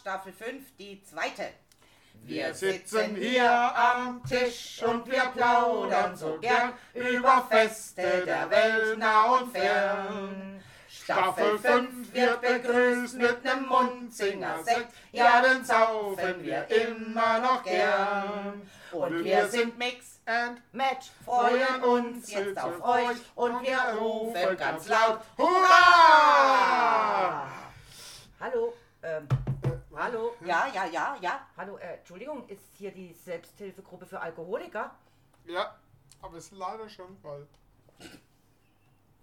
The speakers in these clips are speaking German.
Staffel 5, die zweite. Wir sitzen hier am Tisch und wir plaudern so gern über Feste der Welt nah und fern. Staffel 5 wird begrüßt mit nem Munzinger Sekt, ja, den saufen wir immer noch gern. Und wir sind Mix and Match, freuen uns jetzt auf euch und wir rufen ganz laut Hurra! Hallo, ähm, hallo, Ja, ja, ja, ja. hallo, äh, Entschuldigung, ist hier die Selbsthilfegruppe für Alkoholiker? Ja, aber es ist leider schon voll.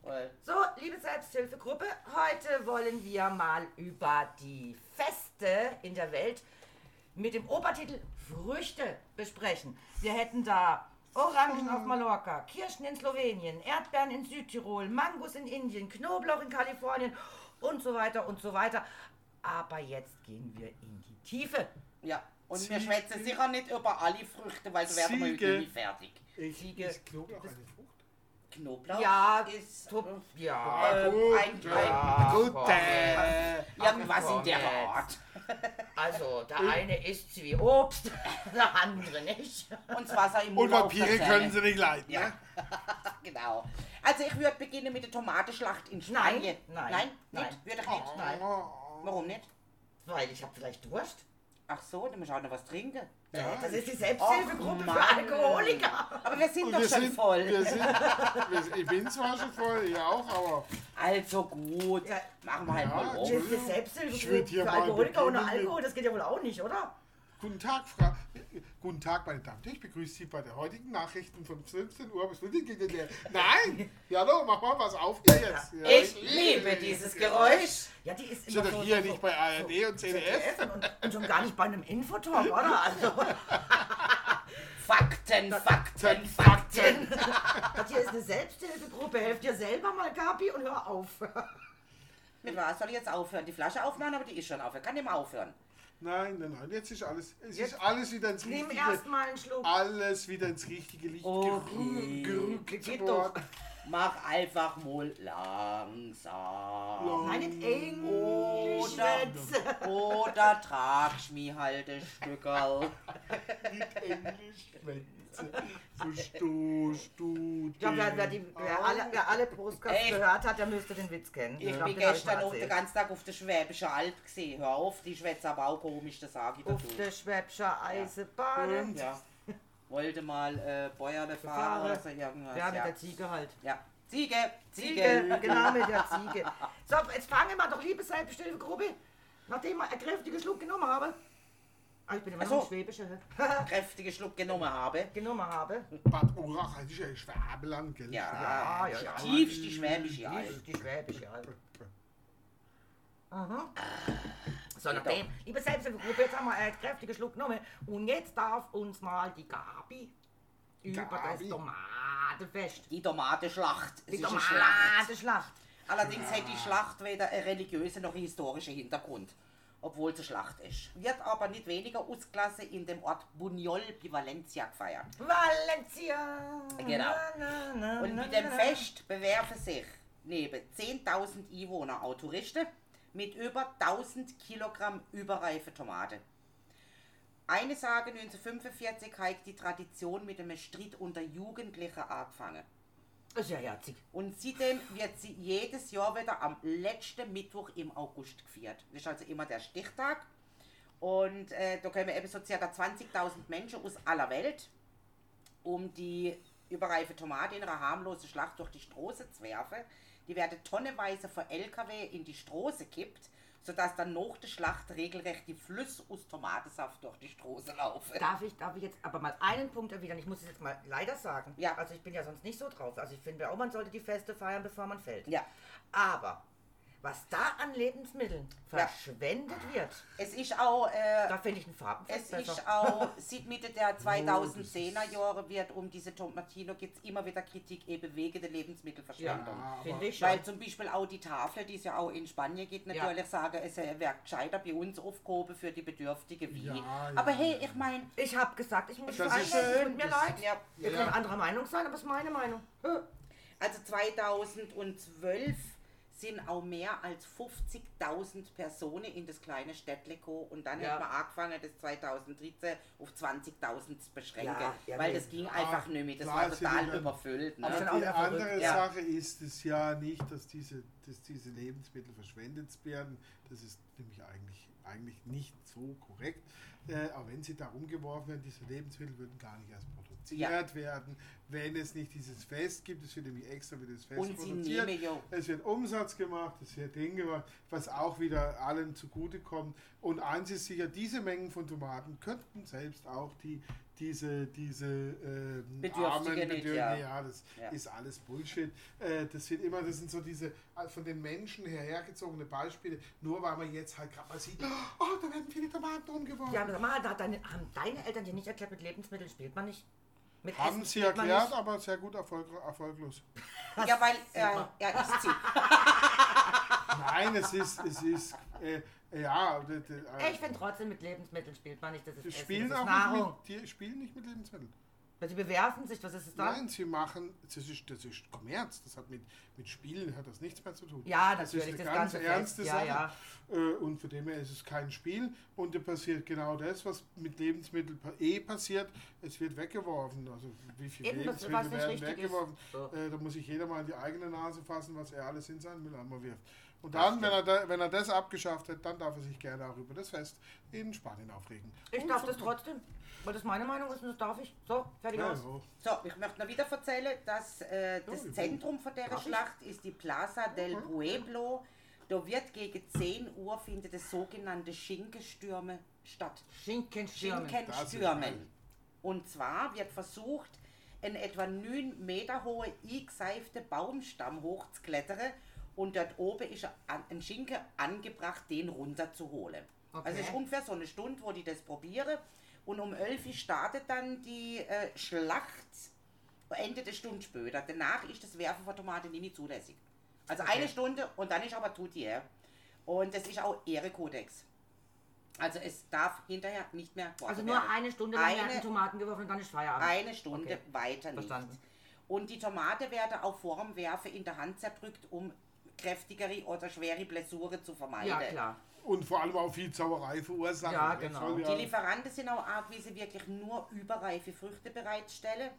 Voll. So, liebe Selbsthilfegruppe, heute wollen wir mal über die Feste in der Welt mit dem Obertitel Früchte besprechen. Wir hätten da Orangen auf Mallorca, Kirschen in Slowenien, Erdbeeren in Südtirol, Mangos in Indien, Knoblauch in Kalifornien und so weiter und so weiter. Aber jetzt gehen wir in die Tiefe. Ja. Und Ziege. wir schwätzen sicher nicht über alle Früchte, weil so werden wir Ziege. heute nie fertig. Ich, Ziege. Ist Knoblauch eine Frucht? Oh, Knoblauch Ja, ist. Top- ja. Äh, Gute. ein- ein- Gute. Irgendwas Ach, in der komm jetzt. Art. Also, der eine isst wie Obst, der andere nicht. Und das Wasser im Und Urlaub Vampire verzehrt. können sie nicht leiden, Ja. ne? genau. Also ich würde beginnen mit der Tomatenschlacht in Nein, Spanien. nein, nein, nein. Oh. nicht? Würde ich nicht? Nein. Ah. Warum nicht? Weil ich habe vielleicht Durst. Ach so, dann muss ich auch noch was trinken. Ja. Das ist die Selbsthilfegruppe Och, für Mann. Alkoholiker. Aber wir sind Und doch wir schon sind, voll. Wir sind, wir sind, ich bin zwar schon voll, ihr auch, aber Also gut, Ja. machen wir halt Ja, mal Das um. ist die Entschuldigung, Oh, ich würd Selbsthilfegruppe hier für mal Alkoholiker ohne beginnen mit- Alkohol, das geht ja wohl auch nicht, oder? guten Tag, Frau. Guten Tag, meine Damen. und Herren. Ich begrüße Sie bei der heutigen Nachrichten von 15 Uhr bis 15 Uhr. Nein! Ja, hallo, mach mal was auf hier jetzt. Ja, Ich liebe dieses Geräusch. Ja, die ist Sind immer doch so- hier so- nicht bei ARD und ZDF? ZDF und, und schon gar nicht bei einem Infotalk, oder? Also, Fakten, Fakten, Fakten. Fakten. das hier ist eine Selbsthilfegruppe. Helft dir selber mal, Gabi, und hör auf. Mit was soll ich jetzt aufhören? Die Flasche aufmachen, aber die ist schon auf. Ich kann nicht mehr aufhören. Nein, nein, nein. Jetzt ist alles, es ist alles wieder ins Nimm richtige, erstmal einen Schluck. alles wieder ins richtige Licht Okay. gerü- gerückt Geht doch. worden. Mach einfach mal langsam. Nein, nicht Oh, Englisch da- jetzt. Oder tragst mich halt ein Stückerl. Mit Englisch schwänze. So stu, stu. Ich glaube, wer, wer, die- wer alle, wer alle Postkasten Ey. gehört hat, der müsste den Witz kennen. Oh, Ich glaub, bin den hab ich gestern mal auch den erzählt. ganzen Tag auf der Schwäbischen Alb gesehen. Hör auf, die schwätzen aber auch komisch, das sage ich Auf dazu. der Schwäbscher Eisenbahn. Ja. Wollte mal äh, Bäuerle fahren Fahre. oder so irgendwas. Ja, mit ja. der Ziege halt. ja. Ziege, Ziege. Ziege, genau mit der Ziege. So, jetzt fangen wir doch, liebe Selbsthilfegruppe, nachdem ich einen kräftigen Schluck genommen habe. Ah, ich bin immer Ach noch so. im Schwäbischen. Kräftigen Schluck genommen habe. genommen habe. Bad Urach, das ist ja Schwabeland, gell? Ja, Ja, ja, ja. tiefst die Schwäbische Die, Alb. die Schwäbische halt. Mhm. So, nachdem, liebe Selbsthilfegruppe, jetzt haben wir einen kräftigen Schluck genommen. Und jetzt darf uns mal die Gabi, über das Gabi? Tomatenfest. Die Tomatenschlacht. Es Die ist eine Schlacht. Tomatenschlacht. Allerdings hat die Schlacht weder einen religiösen noch einen historischen Hintergrund, obwohl es eine Schlacht ist. Wird aber nicht weniger ausgelassen in dem Ort Buñol bei Valencia gefeiert. Valencia. Genau. Na, na, na, Und mit na, dem na. Fest bewerfen sich neben 10.000 Einwohner auch Touristen mit über 1000 Kilogramm überreife Tomate. Eine Sage 1945 hat die Tradition mit einem Streit unter Jugendlichen angefangen. Ist ja Oh, herzig. Und seitdem wird sie jedes Jahr wieder am letzten Mittwoch im August gefeiert. Das ist also immer der Stichtag. Und äh, da kommen eben so circa 20.000 Menschen aus aller Welt, um die überreife Tomate in einer harmlosen Schlacht durch die Straße zu werfen. Die werden tonnenweise von LKW in die Straße kippt, sodass dann nach der Schlacht regelrecht die Flüsse aus Tomatensaft durch die Straße laufen. Darf ich, darf ich jetzt aber mal einen Punkt erwidern? Ich muss es jetzt mal leider sagen. Ja. Also ich bin ja sonst nicht so drauf. Also ich finde auch, man sollte die Feste feiern, bevor man fällt. Ja. Aber was da an Lebensmitteln Ja. verschwendet wird, Es ist auch. Äh, da finde ich einen Farbenfest Es besser. ist auch, seit Mitte der 2010er Jahre wird um diese Tomatino gibt es immer wieder Kritik eben wegen der Lebensmittelverschwendung. ja, finde ich Weil schon. zum Beispiel auch die Tafel, die es ja auch in Spanien gibt, Ja. natürlich sagen, es äh, wäre gescheiter bei uns aufgehoben für die Bedürftige wie. Ja, ja, Aber hey, ja. ich meine, Ich habe gesagt, ich muss Das sagen, ist es schön. tut mir Das- leid. ja, Ihr Ja. könnt anderer Meinung sein, aber es ist meine Meinung. also 2012 Also sind auch mehr als 50.000 Personen in das kleine Städtleko und dann Ja. hat man angefangen, das 2013 auf 20.000 zu beschränken, Ja, ja, weil nee. das ging einfach nicht mehr, das klar, war es sind die total Leute- überfüllt. Ne? Aber Ja, auch die eher verrückt, andere ja. Sache ist es ja nicht, dass diese, dass diese Lebensmittel verschwendet werden. Das ist nämlich eigentlich, eigentlich nicht so korrekt. Äh, auch wenn sie da rumgeworfen werden, diese Lebensmittel würden gar nicht erst produziert werden, wenn es nicht dieses Fest gibt. Es wird nämlich extra für das Fest Und sie produziert. nehmen ja Es wird Umsatz gemacht, es wird Ding gemacht, was auch wieder allen zugutekommt. Und eins ist sicher, diese Mengen von Tomaten könnten selbst auch die, diese, diese ähm, Bedürftige armen nicht, Bedürftigen, ja. ja. das Ja. ist alles Bullshit. Äh, das wird immer, das sind so diese äh, von den Menschen herhergezogene Beispiele, nur weil man jetzt halt gerade mal sieht, oh, da werden viele Tomaten rumgeworfen. Ja, sag mal, da hat deine, haben deine Eltern dir nicht erklärt, mit Lebensmitteln spielt man nicht? Mit Haben Essen sie spielt man erklärt, nicht. aber sehr gut erfolg, erfolglos. Ja, weil äh, Super. ja, ich zieh. Nein, es ist, es ist, äh, ja, d- d- äh, Ich finde trotzdem, mit Lebensmitteln spielt man nicht. Das ist, Die Essen, spielen Also das ist auch Nahrung. nicht mit, die spielen nicht mit Lebensmitteln. Weil sie bewerfen sich, was ist es dann? Nein, sie machen, das ist, das ist Kommerz, das hat mit, mit Spielen hat das nichts mehr zu tun. Ja, das natürlich, ist das eine ganz ganze Fest, ernste ja, Sache. ja. Äh, Und von dem her ist es kein Spiel und da passiert genau das, was mit Lebensmitteln pa- eh passiert. Es wird weggeworfen. Also wie viele Eben, was- was Lebensmittel nicht werden richtig ist. weggeworfen? So. Äh, Da muss sich jeder mal in die eigene Nase fassen, was er alles in seinen Mülleimer wirft. Und dann, wenn er, da, wenn er das abgeschafft hat, dann darf er sich gerne auch über das Fest in Spanien aufregen. Ich Und darf so- das trotzdem, weil das meine Meinung ist und das darf ich. So, fertig Ja, aus. so. So, ich möchte noch wieder erzählen, dass äh, das Ja, ich- Zentrum von der Schlacht ist die Plaza del Pueblo. Da wird gegen 10 Uhr findet das sogenannte Schinkenstürme statt. Schinkenstürme. Das ist geil. Schinkenstürmen. Und zwar wird versucht, einen etwa 9 Meter hohen, eingeseiften Baumstamm hochzuklettern und dort oben ist ein- ein Schinken angebracht, den runterzuholen. Okay. Also es ist ungefähr so eine Stunde, wo die das probieren und um 11 Uhr startet dann die äh, Schlacht, endet eine Stunde später. Danach ist das Werfen von Tomaten nicht mehr zulässig. Also eine Stunde und dann ist aber Tutti. ja. Und das ist auch Ehrekodex. Also es darf hinterher nicht mehr Also geworfen nur werden. eine Stunde lang Eine- werden Tomaten geworfen und dann ist Feierabend. Eine Stunde Okay. weiter nicht. Verstanden. Und die Tomate werde auch vorm Werfen in der Hand zerdrückt, um kräftigere oder schwere Blessuren zu vermeiden. Ja, klar. Und vor allem auch viel Zauerei verursachen. Ja, Das genau. soll ja- Die Lieferanten sind auch angewiesen, wirklich nur überreife Früchte bereitstellen.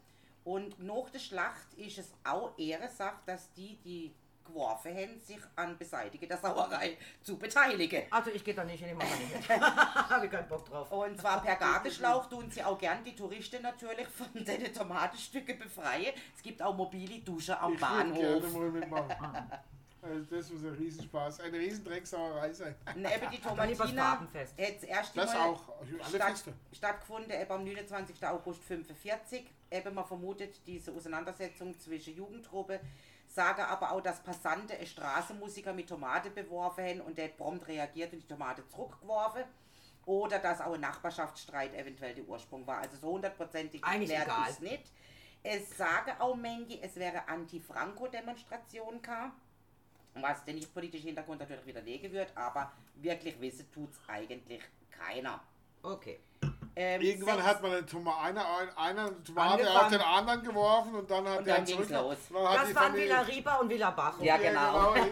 Und nach der Schlacht ist es auch Ehrensache, dass die, die geworfen haben, sich an Beseitigen der Sauerei zu beteiligen. Also ich gehe da nicht hin, ich mache da nicht mit. Habe ich keinen Bock drauf. Und zwar per Gartenschlauch tun sie auch gern die Touristen natürlich von den Tomatenstücken befreien. Es gibt auch mobile Duschen am ich würd gerne Bahnhof. mal mitmachen. Ah. Also das muss ein Riesenspaß, eine Riesendrecksauerei sein. Und eben die Dann lieber das Tomatina Farbenfest. jetzt erst Das einmal auch, alle statt, Feste. stattgefunden, eben am 29. August 45. Eben man vermutet diese Auseinandersetzung zwischen Jugendgruppe. Sage aber auch, dass Passante einen Straßenmusiker mit Tomate beworfen haben und der hat prompt reagiert und die Tomate zurückgeworfen. Oder dass auch ein Nachbarschaftsstreit eventuell der Ursprung war. Also so hundertprozentig Eigentlich geklärt egal. ist nicht. Es sage auch Mengi, es wäre Anti-Franco-Demonstration kam. Was den nicht-politischen Hintergrund natürlich widerlegen wird, aber wirklich wissen tut's eigentlich keiner. Okay. Ähm, Irgendwann sechs- hat man eine Toma einer, einer Tomate auf Angefangen. den anderen geworfen und dann hat Und der dann ging's zurück- los. dann hat Ah, die Das waren Familie- Villa Riba und Villa Bach. Ja. genau. genau.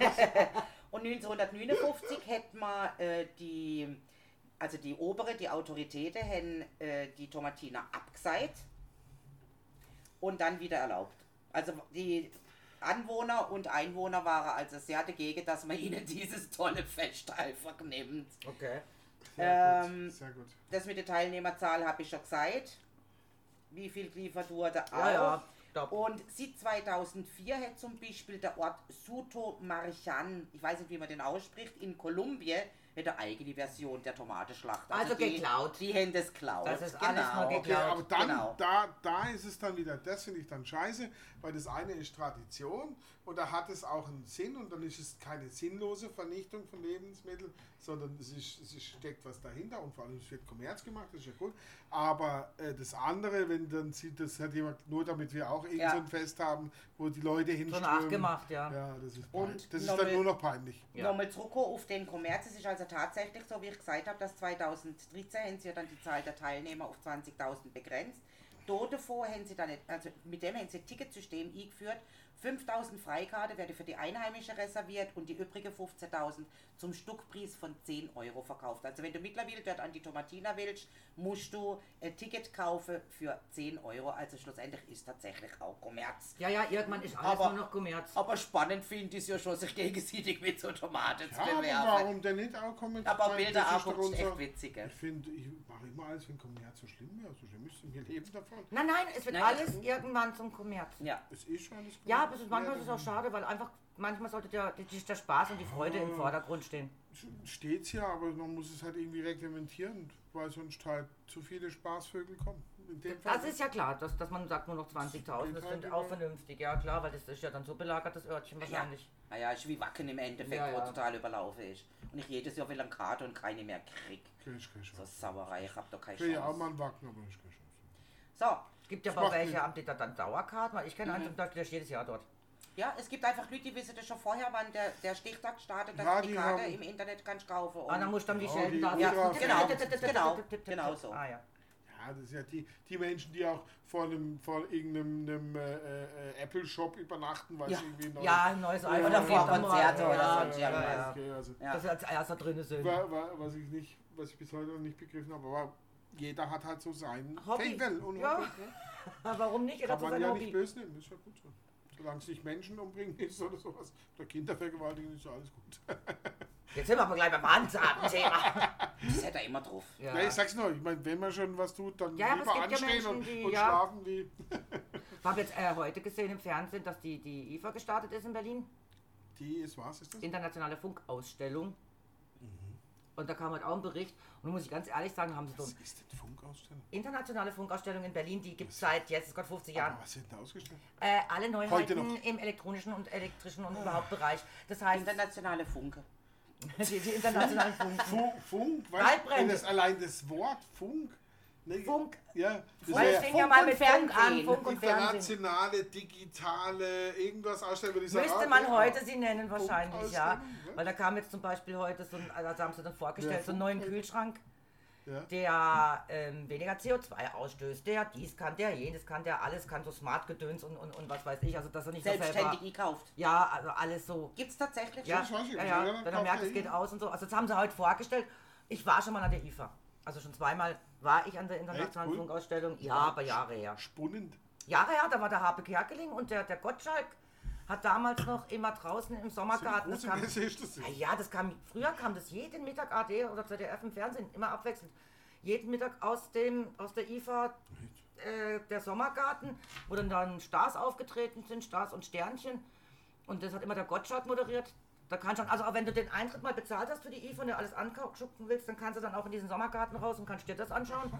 Und 1959 hätten wir äh, die, also die obere, die Autoritäten, hätten äh, die Tomatina abgeseit und dann wieder erlaubt. Also die Anwohner und Einwohner waren also sehr dagegen, dass man ihnen dieses tolle Fest einfach nimmt. Okay. Sehr gut, Ähm, Sehr gut. Das mit der Teilnehmerzahl habe ich schon gesagt. Wie viel geliefert wurde auch. Ja, ja. Stopp. Und seit 2004 hat zum Beispiel der Ort Sutomarchan, ich weiß nicht, wie man den ausspricht, in Kolumbien hat eine eigene Version der Tomatenschlacht. Also die, geklaut. Die haben das geklaut. Das ist alles nur Okay, Geklaut, aber dann, genau. da, da ist es dann wieder, das finde ich dann scheiße, weil das eine ist Tradition und da hat es auch einen Sinn und dann ist es keine sinnlose Vernichtung von Lebensmitteln, sondern es, ist, es ist, steckt was dahinter und vor allem es wird Kommerz gemacht, das ist ja gut. Aber äh, das andere, wenn dann sieht, das hat jemand, nur damit wir auch irgend Ja. so ein Fest haben, wo die Leute hinströmen. nachgemacht, ja. Ja, das ist, Und peinlich. das ist nochmal- dann nur noch peinlich. Ja. Nochmal zurück auf den Kommerz. Es ist also tatsächlich so, wie ich gesagt habe, dass 2013 haben sie ja dann die Zahl der Teilnehmer auf 20.000 begrenzt. Dort davor haben sie dann, also mit dem haben sie ein Ticketsystem eingeführt 5000 Freikarte werde für die Einheimische reserviert und die übrige 15.000 zum Stückpreis von 10 Euro verkauft. Also wenn du mittlerweile dort an die Tomatina willst, musst du ein Ticket kaufen für 10 Euro. Also schlussendlich ist tatsächlich auch Kommerz. Ja, ja, irgendwann ist alles Aber- nur noch Kommerz. Aber spannend finde ich es ja schon, sich gegenseitig mit so Tomaten zu Ja, aber bewerfen. warum denn nicht auch kommen? Aber Bilder anguckst, echt witzig. gell? Ich finde, ich mache immer alles, wenn Kommerz so schlimm wäre. Also, So schlimm ist es mir leben davon. Nein, nein, es wird Nein. alles irgendwann zum Kommerz. Ja. Es ist schon alles Ja, Kommerz. aber es ist, manchmal ist es auch schade, weil einfach manchmal sollte der, der, der Spaß und die Freude im Vordergrund stehen. Steht's ja, aber man muss es halt irgendwie reglementieren, weil sonst halt zu viele Spaßvögel kommen. In dem Fall. Das ist ja klar, dass, dass man sagt nur noch 20.000, das Geht halt sind auch über. vernünftig. Ja, klar, weil das ist ja dann so belagert, das Örtchen wahrscheinlich. Naja, ist wie Wacken im Endeffekt, Ja, ja. wo total überlaufen ist. Und ich jedes Jahr will einen Kater und keine mehr krieg. Okay, ich krieg schon. So Sauerei, ich hab doch keine Ich will ja auch Chance. mal einen Wacken, aber ich krieg schon. So, Es gibt ja macht aber welche, Sinn. haben die da dann Dauerkarten, weil ich kenne Mhm. einen zum Beispiel, der ist jedes Jahr dort. ja, es gibt einfach Leute, die wissen das schon vorher, wann der, der Stichtag startet, dass Ja, du die die Karte haben- im Internet kannst kaufen. Ah, dann musst du dann die Ja, Schelden die- da ja, sitzen. genau, Oh, genau, genau so. Ah, ja. Ja, das ist ja die, die Menschen, die auch vor einem vor irgendeinem einem, äh, äh, Apple Shop übernachten, weil Ja. sie irgendwie neu- ja, ein neues iPhone. Oder vor geht am Konzerte Morgen. oder Ja, sonst ja, irgendwas. ja. Okay, also, Ja. Dass sie als Erster drin sind. wa- wa- was ich nicht, was ich bis heute noch nicht begriffen habe, aber jeder hat halt so sein Hobby. Fable und Ja. Hobby, ne? Aber warum nicht? Jeder kann zu man seinem ja Hobby. nicht böse nehmen, ist ja gut so. Solange es nicht Menschen umbringen ist oder sowas, oder Kinder vergewaltigen, ist ja alles gut. Jetzt sind wir aber gleich beim Handsaben-Thema. Das hätte er immer drauf. Ja. Ja. ich sag's nur, ich meine, wenn man schon was tut, dann Ja, aber lieber es gibt ja anstehen und, Menschen, die- und ja. schlafen wie. Ich habe jetzt äh, heute gesehen im Fernsehen, dass die, die IFA gestartet ist in Berlin. Die ist was, ist das? Internationale Funkausstellung. Mhm. Und da kam heute auch ein Bericht. Und muss ich ganz ehrlich sagen, haben sie so Was eine ist denn Funkausstellung? internationale Funkausstellung in Berlin, die gibt es seit jetzt, ist Gott 50 Ja. Jahren. Aber was wird denn ausgestellt? Äh, alle Heute Neuheiten noch. im elektronischen und elektrischen und überhaupt Bereich. Das heißt, Internationale Funke. die, die internationalen Funk. Funk, Funk weißt du, Waldbrände. wenn das allein das Wort Funk. Ne, Funk. Ja, das Weil es wär- fing ja Funk mal und mit Funk an, Fernsehen. Funk und Fernsehen. internationale, digitale, irgendwas ausstellen, würde ich sagen. Müsste ah, man ja. heute sie nennen wahrscheinlich, ja. Funkausstellung, ne? Weil da kam jetzt zum Beispiel heute so ein, also haben sie dann vorgestellt, Ja, so einen neuen Kühlschrank. Ja. der ähm, weniger CO2 ausstößt, der dies kann, der jenes kann, der alles kann, so Smart-Gedöns und, und, und was weiß ich, also dass er nicht so Selbstständig selber... gekauft. Ja, also alles so. Gibt's tatsächlich Ja, Das weiß ich ja, nicht, ja, ja, wenn er kauft merkt, er es geht ihn. aus und so. Also das haben sie heute vorgestellt. Ich war schon mal an der IFA. Also schon zweimal war ich an der internationalen cool. Funkausstellung. Ja, aber Jahre her. Spannend. Jahre her, da war der Harpe Kerkeling und der, der Gottschalk hat damals noch immer draußen im So eine Sommergarten... Das große kam, Messe ist das. ja, ja, das kam, früher kam das jeden Mittag AD oder ZDF im Fernsehen, immer abwechselnd. Jeden Mittag aus, dem, aus der IFA äh, der Sommergarten, wo dann, dann Stars aufgetreten sind, Stars und Sternchen. Und das hat immer der Gottschalk moderiert. Da kann schon, also auch wenn du den Eintritt mal bezahlt hast für die IFA und dir alles angucken willst, dann kannst du dann auch in diesen Sommergarten raus und kannst dir das anschauen.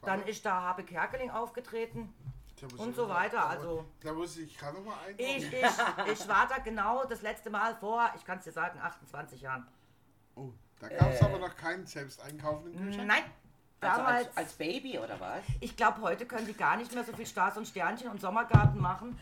Dann ist da Habe Kerkeling aufgetreten. Da muss Und ich- so weiter, da- also- Da muss ich gerade noch mal ein. Ich, ich, ich war da genau das letzte Mal vor, ich kann es dir sagen, 28 Jahren. Oh, da gab es Äh. aber noch keinen selbst einkaufenden Kühlschrank. Nein, Mhm. Also damals. als, als Baby oder was? Ich glaube, heute können die gar nicht mehr so viel Stars und Sternchen und Sommergarten machen.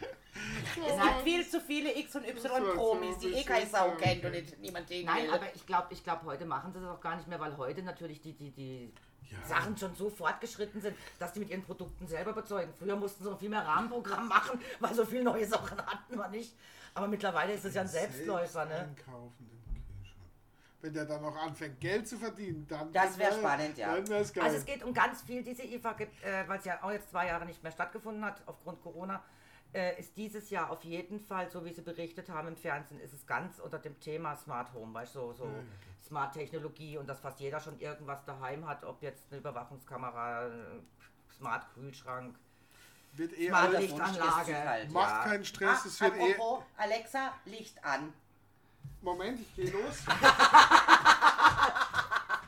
Es gibt viel zu viele X- und Y-Promis, die eh keine Sau kennt und nicht, niemand den Nein, will. aber ich glaube, ich glaub, heute machen sie das auch gar nicht mehr, weil heute natürlich die, die, die Ja. Sachen schon so fortgeschritten sind, dass die mit ihren Produkten selber bezeugen. Früher mussten sie noch viel mehr Rahmenprogramm machen, weil so viel neue Sachen hatten wir nicht. Aber mittlerweile ist es ja Hm, ein Selbstläufer, Selbst ne? einkaufenden Kühlschrank. Wenn der dann noch anfängt, Geld zu verdienen, dann. Das wär spannend, ja. Dann wär's geil. Also es geht um ganz viel. Diese IFA gibt, äh, weil es ja auch jetzt zwei Jahre nicht mehr stattgefunden hat aufgrund Corona, äh, ist dieses Jahr auf jeden Fall, so wie sie berichtet haben im Fernsehen, ist es ganz unter dem Thema Smart Home, weißt du, so, so Smart Technologie und dass fast jeder schon irgendwas daheim hat, ob jetzt eine Überwachungskamera, ein Smart Kühlschrank, Wird eh Smart alles. Lichtanlage. halt, Macht ja. keinen Stress, es ah, wird eh. apropos, Alexa, Licht an. Moment, ich gehe los.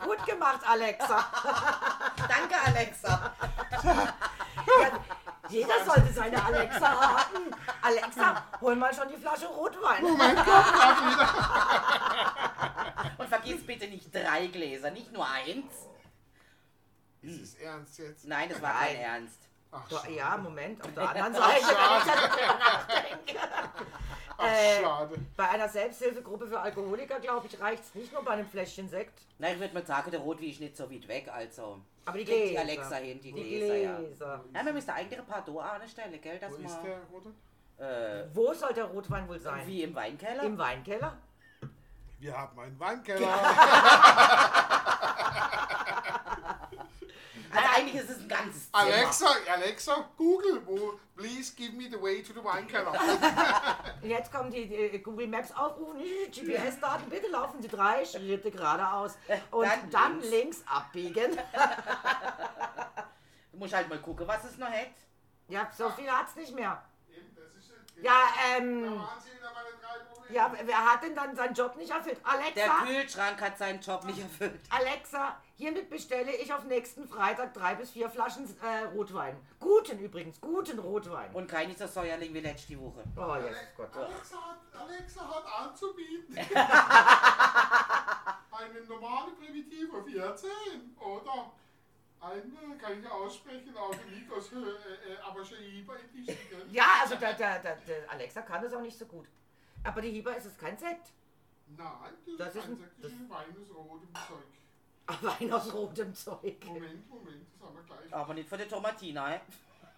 Gut gemacht, Alexa. Danke, Alexa. Ja, jeder sollte seine Alexa haben. Alexa, hol mal schon die Flasche Rotwein. Und vergiss bitte nicht drei Gläser, nicht nur eins. Ist es ernst jetzt? Nein, das war kein Ernst. Ach, So, schade. ja, Moment, auf der anderen Seite, wenn ich darüber nachdenke. Ach, äh, schade. Bei einer Selbsthilfegruppe für Alkoholiker, glaube ich, reicht es nicht nur bei einem Fläschchen Sekt. Nein, ich würde mal sagen, der Rotwein ist nicht so weit weg, also. Aber die Kriegt Gläser. die Alexa hin, die Die Gläser, ja. Gläser. Ja, wir müssen eigentlich ein paar Do anstellen, gell, dass Wo ist man. der rote? äh, Wo soll der Rotwein wohl sein? wie im Weinkeller. Im Weinkeller? Wir haben einen Weinkeller. also eigentlich ist es ein ganzes Zimmer. Alexa, Alexa, Google, wo, please give me the way to the Weinkeller. Jetzt kommen die äh, Google Maps aufrufen, GPS-Daten, bitte laufen Sie drei Schritte geradeaus und Äh, Dann dann, links. links. abbiegen. Du musst halt mal gucken, was es noch hat. Ja, so viel hat's nicht mehr. Eben, das ist es. Ja, Da ähm, waren sie wieder bei den drei Problemen. ja, wer hat denn dann seinen Job nicht erfüllt? Der Alexa, Kühlschrank hat seinen Job nicht erfüllt. Alexa, hiermit bestelle ich auf nächsten Freitag drei bis vier Flaschen äh, Rotwein. Guten übrigens, guten Rotwein. Und kein dieser Säuerling wie letzte Woche. Oh, Jesus Gott. Alexa hat, Alexa hat anzubieten. eine normale Primitive 14 oder eine, kann ich aussprechen, auch Nikos, äh, äh, aber schon lieber in die Schule. Ja, also der, der, der, der Alexa kann das auch nicht so gut. Aber die Hieber ist es kein Sekt. Nein, das, Das ist ein- ist ein Wein aus rotem Zeug. Aber Wein aus rotem Zeug. Moment, Moment, das haben wir gleich. Aber nicht von der Tomatina, he?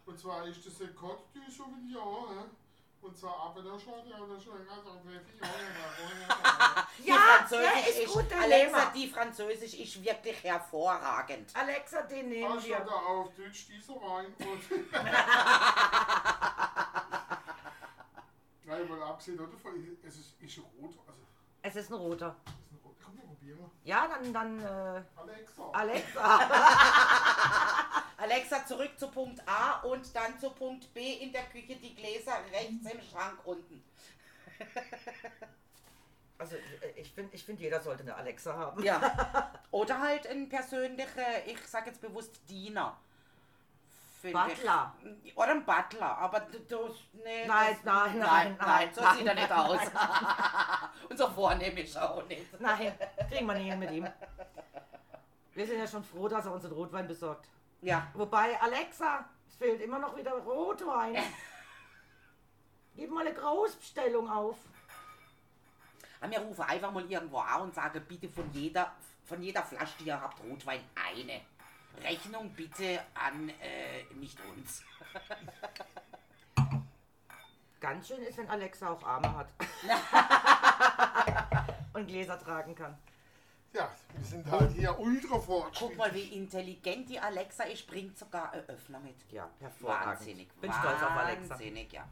Und zwar ist das ein Côte du Sauvignon, hä? und zwar aber da schon, ja, da schon länger, so drei, vier Jahre her. die Ja, der Französisch ist gut, der Alexa, Lehmer. die Französisch ist wirklich hervorragend. Alexa, den Da Oh, nehmen steht wir. da auf Deutsch dieser Wein und. Nein, mal abgesehen davon, es ist, ist rot, also Es ist ein roter. es ist ein rot. Komm, wir probieren. Ja, dann, dann, äh, Alexa. Alexa. Alexa, zurück zu Punkt A und dann zu Punkt B in der Küche, die Gläser rechts im Schrank unten. Also, äh, ich finde, ich find, jeder sollte eine Alexa haben. Ja. Oder halt ein persönlicher, ich sag jetzt bewusst Diener. Find Butler. Ich. Oder ein Butler, aber du, du nee, Nein, das- nein, nein, nein, so nein, sieht er nicht nein, aus. und so vornehm ist er auch nicht. Nein, kriegen wir nicht hin mit ihm. Wir sind ja schon froh, dass er uns den Rotwein besorgt. Ja, Wobei, Alexa, es fehlt immer noch wieder Rotwein. Gib mal eine Großbestellung auf. aber wir rufen einfach mal irgendwo an und sagen bitte von jeder, von jeder Flasche, die ihr habt, Rotwein eine. Rechnung bitte an äh, nicht uns. Ganz schön ist, wenn Alexa auch Arme hat. Und Gläser tragen kann. Ja, wir sind halt hier ultra Guck fortschrittlich. mal, wie intelligent die Alexa ist, bringt sogar einen Öffner mit. Ja, hervorragend. Wahnsinnig. Bin stolz auf Alexa. Wahnsinnig, ja.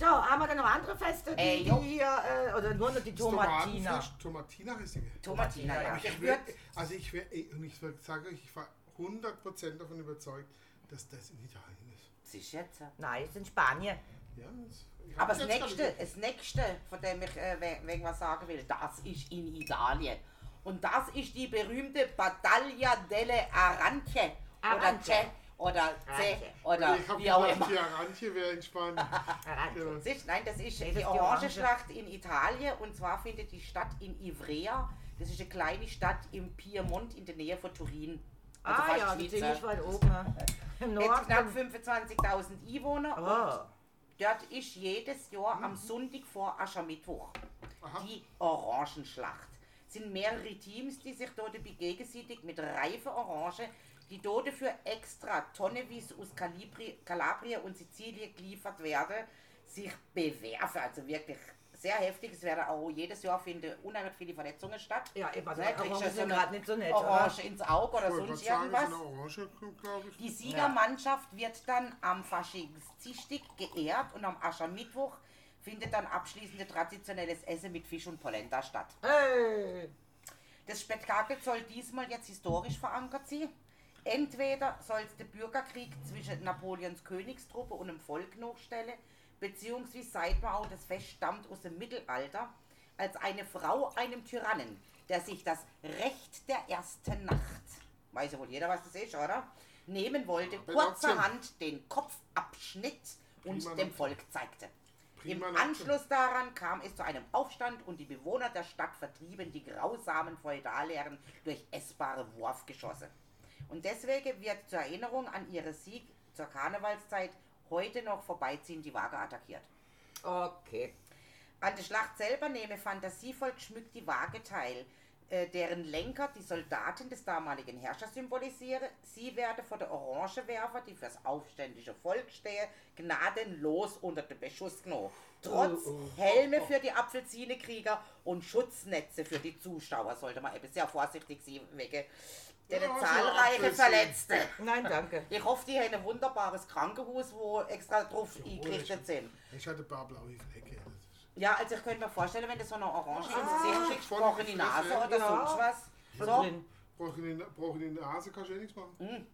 So, haben wir denn noch andere Feste? Die, Ey, die jo. hier, äh, oder nur noch die Tomatina. Tomatenfleisch, Tomatina heißt die. Tomatina, ja. Ja, Ich Ich würd, wär, also ich wäre, und ich sage euch, ich war 100% davon überzeugt, dass das in Italien ist. sich jetzt. äh. Nein, ist in Spanien. Ja, das, ich Aber hab das jetzt gar nächste, nicht- das nächste, von dem ich äh, we- wegen was sagen will, das ist in Italien. Und das ist die berühmte Battaglia delle Arance. Oder Arance. Ce, oder C, Arance. oder Ich habe wie auch gedacht, immer. die Aranche wäre in Spanien. Arantxa. Siehst, nein, das ist Nee, das die ist die Orange. Orangenschlacht in Italien und zwar findet die statt in Ivrea. Das ist eine kleine Stadt im Piemont in der Nähe von Turin. Also ah fast ja, die sind Schweizer. nicht weit oben. Ne? Im Mit knapp Norden. 25.000 Einwohner und Oh. dort ist jedes Jahr Mhm. am Sonntag vor Aschermittwoch Aha. die Orangenschlacht. Es sind mehrere Teams, die sich dort gegenseitig mit reife Orange, die dort für extra Tonnevis aus Kalibri, Kalabrien und Sizilien geliefert werden, sich bewerfen. Also wirklich sehr heftig. Es werden auch jedes Jahr finden unheimlich viele Verletzungen statt. Ja, eben, also Ne, kriegst Orangen ja sind eine gerade nicht so nett, oder? Orange ins Auge oder Ich wollte sonst gerade sagen, irgendwas. so eine Orange, glaube ich. Die Siegermannschaft wird dann am Faschingsdichtig geehrt und am Aschermittwoch findet dann abschließende traditionelles Essen mit Fisch und Polenta statt. Hey. Das Spektakel soll diesmal jetzt historisch verankert sein. Entweder soll es den Bürgerkrieg zwischen Napoleons Königstruppe und dem Volk nachstellen, beziehungsweise seit man auch das Fest stammt aus dem Mittelalter, als eine Frau einem Tyrannen, der sich das Recht der ersten Nacht, weiß ja wohl jeder, was das ist, oder? Nehmen wollte, Prima kurzerhand den Kopf abschnitt und Prima dem Nocte. Volk zeigte. Im Prima Nocte. Anschluss daran kam es zu einem Aufstand und die Bewohner der Stadt vertrieben die grausamen Feudalherren durch essbare Wurfgeschosse. Und deswegen wird zur Erinnerung an ihren Sieg zur Karnevalszeit heute noch vorbeiziehen die Waage attackiert. Okay. An der Schlacht selber nehme fantasievoll geschmückt die Waage teil. äh, deren Lenker die Soldaten des damaligen Herrschers symbolisiere. Sie werde vor der Orangewerfer, die fürs aufständische Volk stehe, gnadenlos unter den Beschuss genommen. Oh, Trotz Helme für die Apfelzinekrieger und Schutznetze für die Zuschauer, sollte man eben sehr vorsichtig sie wegen der Ja, so zahlreiche Apfelsine. Verletzte. Nein, danke. Ich hoffe, die haben ein wunderbares Krankenhaus, wo extra drauf eingerichtet sind. Ich hatte ein paar blaue Flecken. Das ist- Ja, also ich könnte mir vorstellen, wenn du so eine Orange Ah. ins Gesicht kriegst, voll brauchen in die die Nase Fresse. oder Ja. sonst was. Schon So, drin. Brauche ich in der- brauche ich in der Nase, kann ich eh nichts machen.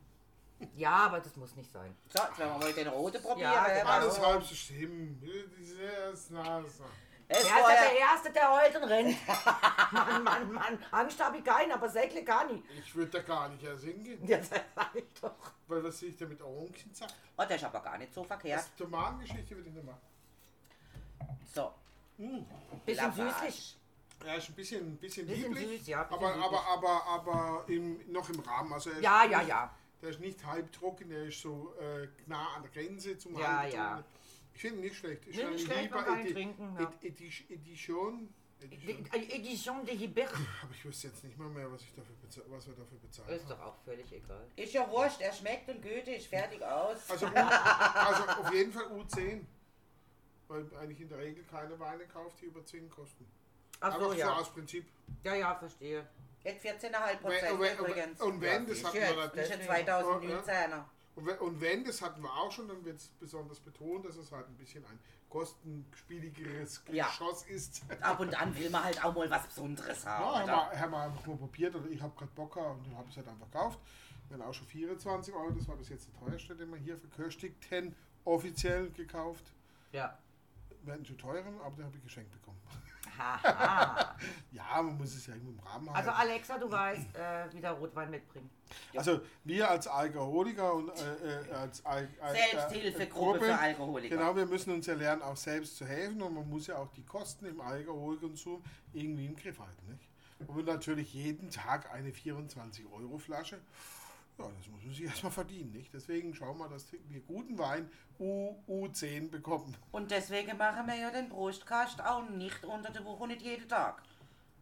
Ja, aber das muss nicht sein. so jetzt werden wir mal den roten probieren. Ja, Ja, genau. Alles halb so schlimm. Dieses Nase. es Er ist ja der vorher, Erste, der heute rennt. Mann, Mann, Mann. Angst habe ich keinen, aber Säckle gar nicht. Ich würde da gar nicht erst hingehen, Ja, das sag ich doch. weil was sehe ich da mit Augenkind sagt? oh, der ist aber gar nicht so verkehrt. Das Tomatengeschichte würde ich nicht machen. So, Bisschen Lavage. süßlich. Ja, ist ein bisschen, ein bisschen, Bisschen lieblich, süß, ja, bisschen aber, lieblich. aber, aber, aber im, noch im Rahmen. Also er ist Ja, ja, nicht, ja. Der ist nicht halbtrocken, der ist so äh, nah an der Grenze zum Ja, Halbtrockenen. ja. Ich finde ihn nicht schlecht. Ich Nee, hätte nicht schlecht, man kann ihn trinken, ja. Ed- Edi- Edition. Edition. Edition äh, de Hibert. Aber ich wüsste jetzt nicht mal mehr, was, ich dafür bezahl, was wir dafür bezahlen. Ist doch auch völlig egal. ist ja wurscht, er schmeckt und gültig, fertig aus. Also, U- also auf jeden Fall U10. Weil eigentlich in der Regel keine Weine kauft, die über 10 kosten. Ach so, Einfach so ja. aus Prinzip. Ja, ja, verstehe. Jetzt 14,5 Prozent oh, Und wenn- und wenn- übrigens. und wenn, Ja, das ich hatten wir jetzt, natürlich. Das ist ein 2019er. Und wenn, und wenn, das hatten wir auch schon, dann wird es besonders betont, dass es halt ein bisschen ein kostenspieligeres Ja. Geschoss ist. Ab und an will man halt auch mal was Besonderes Ja, haben. haben, oder? wir, haben wir einfach mal probiert oder ich habe gerade Bock gehabt und dann habe ich es halt einfach gekauft. Dann auch schon 24 Euro, das war bis jetzt der teuerste, den wir hier verköstigten, offiziell gekauft. Ja. Wir hatten schon teuren, aber den habe ich geschenkt bekommen. Haha. Ja, man muss es ja irgendwo im Rahmen halten. Also Alexa, du weißt, äh, wieder Rotwein mitbringen. Also wir als Alkoholiker und äh, äh, als Al als, äh, Selbsthilfegruppe Gruppe, für Alkoholiker. Genau, wir müssen uns ja lernen, auch selbst zu helfen und man muss ja auch die Kosten im Alkoholkonsum irgendwie im Griff halten. Nicht? Und wenn natürlich jeden Tag eine 24-Euro-Flasche, ja, das muss man sich erstmal verdienen. Nicht? Deswegen schauen wir, dass wir guten Wein U U10 bekommen. Und deswegen machen wir ja den Brustkast auch nicht unter der Woche, nicht jeden Tag.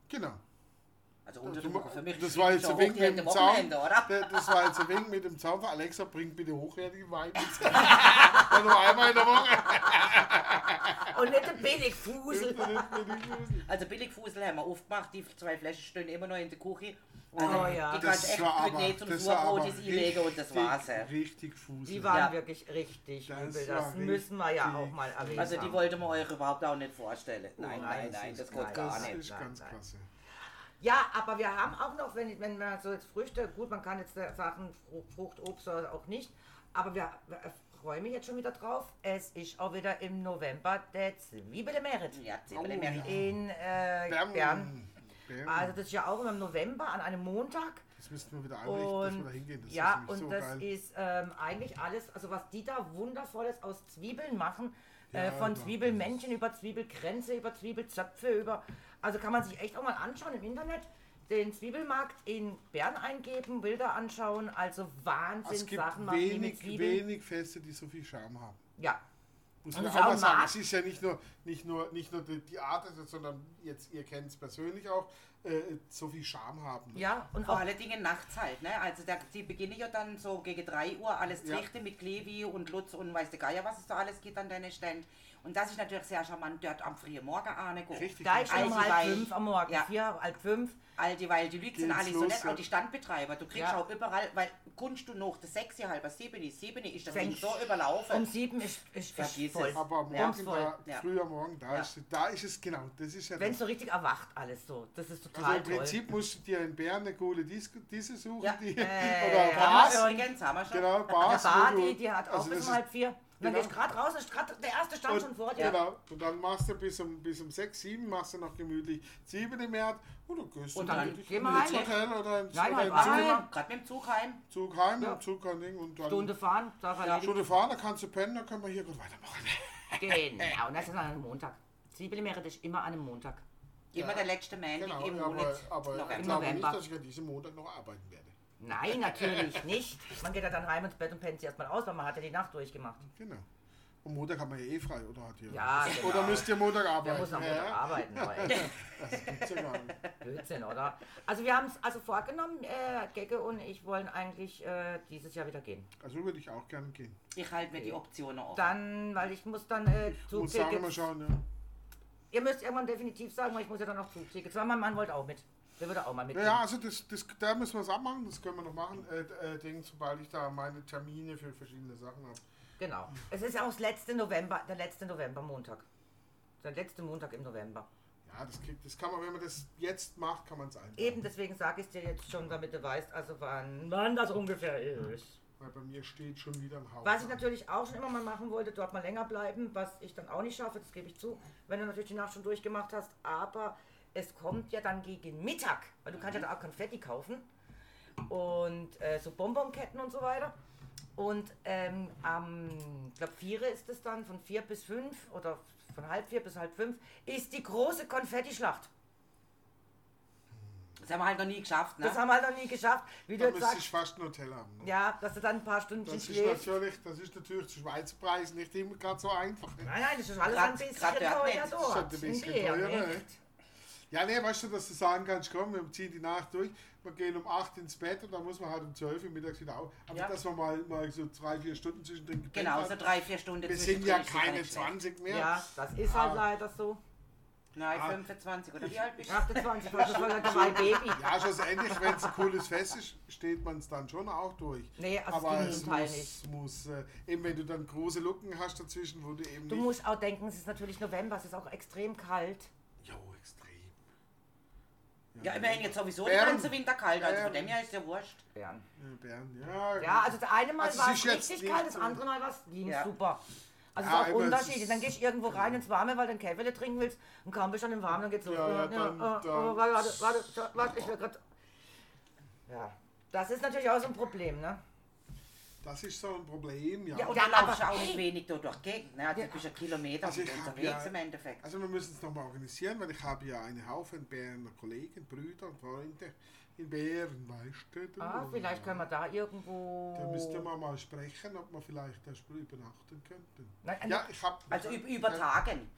Genau. Also unter der Woche für mich. Das war jetzt so ein Wink mit dem Zaun. oder? Da- Das war jetzt ein Wink mit dem Zaun. Alexa, bring bitte hochwertige Wein mit. Dann nur einmal in der Woche. Und nicht den Billigfusel. Also Billigfusel haben wir aufgemacht, die zwei Flaschen stehen immer noch in der Küche. Oh Ah, ja. Die kannst echt mit Nähe zum Surbrot einlegen und das war's. ja. Richtig Fuß. Die waren Ja. wirklich richtig Das übel. war Das müssen wir ja richtig auch mal erwähnen. Also die wollte man euch überhaupt auch nicht vorstellen. Nein, Oh, nein, das nein, ist das geht geil. gar Das nicht. ist nein, ganz nein. klasse. Ja, aber wir haben auch noch, wenn, wenn man so jetzt Früchte, gut, man kann jetzt äh, Sachen, Fru- Frucht, Obst oder auch nicht, aber wir, wir ich freue mich jetzt schon wieder drauf. Es ist auch wieder im November der Zwiebelmerit Ja, Oh, Zwiebeln mehr. ja. in äh, Bern. Bern. Also das ist ja auch immer im November an einem Montag. das müssten wir wieder einrichten, dass wir Und da hingehen. Das ja, ist und nämlich so das geil. ist ähm, eigentlich alles, also was die da wundervolles aus Zwiebeln machen, Ja, genau, äh, von doch, Zwiebelmännchen über Zwiebelkränze, über Zwiebelzöpfe, über, also kann man sich echt auch mal anschauen im Internet, den Zwiebelmarkt in Bern eingeben, Bilder anschauen, also Wahnsinn Ah, es gibt Sachen machen die mit wenig, Zwiebeln. wenig Feste, die so viel Charme haben. Ja, Muss Und man es auch ist auch mal ein sagen, Markt. es ist ja nicht nur, nicht nur, nicht nur die, die Art, also, sondern jetzt, ihr kennt es persönlich auch, äh, so viel Charme haben. ja, und eh Vor auch allen Dingen nachts halt, ne? Also da, die beginnen ja dann so gegen 3 Uhr alles Ja. Trichte mit Klevi und Lutz und weiß der Geier, was es da alles gibt an deinen Ständen. Und das ist natürlich sehr charmant dort am frühen Morgen angucken. Richtig. gleich schon um Also bei- halb fünf am Morgen, ja. vier, halb fünf. All die, weil die Leute sind Geht's alle so los, nett, ja. auch die Standbetreiber. Du kriegst Ja. auch überall, weil Kunst du noch, das sechs halber, sieben ist, sieben ist das Ding Wenn- so Um überlaufen. sieben ist, ist, ist Vergiss voll. es. Aber am Ja. Morgen, Voll. da, Ja. früh am Morgen, da, Ja. ist, da ist es genau. Das ist ja Wenn das. es so richtig erwacht alles so, das ist Also total im Prinzip musst du dir in Bern eine coole Disco, diese suchen, Ja. die, Äh, Haben oder Bars, wir übrigens, haben wir schon. genau, toll. Bars. Der wo Bar, du- die, die hat auch also das bis ist- um halb vier. Und dann genau. gehst du gerade raus, ist grad, der erste stand schon vor dir. Genau, und dann machst du bis um, bis um 6, 7, machst du noch gemütlich 7 im März und dann gehst Und du dann gemütlich gehen wir ins heim. Hotel oder ins, Nein, oder halt ins heim. Zimmer, Gerade mit dem Zug heim. Zug heim, Ja. ja. Zug an Ding und dann Stunde fahren, da war erledigt. Stunde fahren, dann kannst du pennen, dann können wir hier gut weitermachen. Genau, und das ist an einem Montag. Zwiebelmeere ist immer an einem Montag. Immer der letzte Mann Genau, im aber, Monat. aber November. ich glaube nicht, November. dass ich an diesem Montag noch arbeiten werde. Nein, natürlich nicht. Man geht ja dann heim ins Bett und pennt sich erstmal aus, weil man hat ja die Nacht durchgemacht. Genau. Und Montag hat man ja eh frei, oder hat ihr? Ja, genau. Oder müsst ihr Montag Der arbeiten? muss am Ja, Montag ja. arbeiten, weil Das gibt's ja gar nicht. Blödsinn, oder? Also wir haben es also vorgenommen, äh, Gegge und ich wollen eigentlich äh, dieses Jahr wieder gehen. Also würde ich auch gerne gehen. Ich halte mir die Optionen offen. Dann, weil ich muss dann äh, muss sagen, mal Zugtickets. schauen, ja. Ihr müsst irgendwann definitiv sagen, weil ich muss ja dann noch Zugtickets. Weil mein Mann wollte auch mit. Der würde auch mal mit. Naja, also das, das, da müssen wir es abmachen, das können wir noch machen. Äh, äh, Ding, sobald ich da meine Termine für verschiedene Sachen habe. Genau. Es ist ja auch das letzte November, der letzte Novembermontag. Der letzte Montag im November. Ja, das, kriegt, das kann man, wenn man das jetzt macht, kann man es einbauen. Eben deswegen sage ich es dir jetzt schon, damit du weißt, also wann, wann das ungefähr ist. Weil bei mir steht schon wieder ein Haus. Was ich an. natürlich auch schon immer mal machen wollte, dort mal länger bleiben, was ich dann auch nicht schaffe, das gebe ich zu, wenn du natürlich die Nacht schon durchgemacht hast, aber es kommt ja dann gegen Mittag, weil du kannst Mhm. ja da auch Konfetti kaufen und äh, so Bonbonketten und so weiter. Und ähm, am, ich glaube, 4 ist es dann, von 4 bis 5 oder von halb 4 bis halb 5, ist die große Konfettischlacht. Das haben wir halt noch nie geschafft, ne? Das haben wir halt noch nie geschafft. Wie du Da jetzt müsste sagst, ich fast ein Hotel haben. Ne? ja, dass du dann ein paar Stunden Das, ist schläfst. natürlich, das ist natürlich zu Schweizer Preis nicht immer gerade so einfach. ne? Nein, nein, das ist alles Grad- ein bisschen grad der teuer Advent. dort. Schon ein bisschen Nee, teurer, nicht. ne? Ja, nee, weißt du, dass du sagen kannst, komm, wir ziehen die Nacht durch, wir gehen um 8 ins Bett und dann muss man halt um 12 Uhr mittags wieder auf. Aber Ja. dass man mal, mal so drei, vier Stunden zwischendrin gepennt Genau, hat. so drei, vier Stunden Wir sind ja zwischendrin ist sicher keine nicht schlecht. 20 mehr. Ja, das ist halt Ah. leider so. Nein, Ah. 25 oder wie alt bist du? 28, das ist halt ein Baby. Ja, schlussendlich, wenn es ein cooles Fest ist, steht man es dann schon auch durch. Nee, also aber das es Gegenteil muss, muss äh, eben wenn du dann große Lücken hast dazwischen, wo du eben Du nicht... musst auch denken, es ist natürlich November, es ist auch extrem kalt. Jo, extrem. Ja, immerhin jetzt sowieso den Bern. ganzen Winter kalt, also von Bern. dem her ist ja wurscht. Ja, Ja, Bern, ja. also das eine Mal Also es war ist es jetzt richtig nicht kalt, das so- andere Mal war es ging Ja. super. Also Ja, es ist auch aber es unterschiedlich. ist- Dann gehst du irgendwo rein ins Warme, weil du einen Käfele trinken willst und kaum bist du schon im Warmen, dann geht's los. Ja, ja, dann- äh, äh, dann- warte, warte, warte, so, warte, ich will grad. Ja, das ist natürlich auch so ein Problem, ne? Das ist so ein Problem, ja. Ja, und Ja, dann laufst du aber- auch nicht wenig da durch die Gegend. Ne? Also, du bist ja Kilometer Also ich hab unterwegs ja- im Endeffekt. Also wir müssen es nochmal organisieren, weil ich habe ja einen Haufen Berner Kollegen, Brüder und Freunde in Bern, weißt du? du? Ah, vielleicht können wir da irgendwo. Da müsste man mal sprechen, ob wir vielleicht da übernachten könnten. Nein, ja, ich habe... Also üb über Tagen.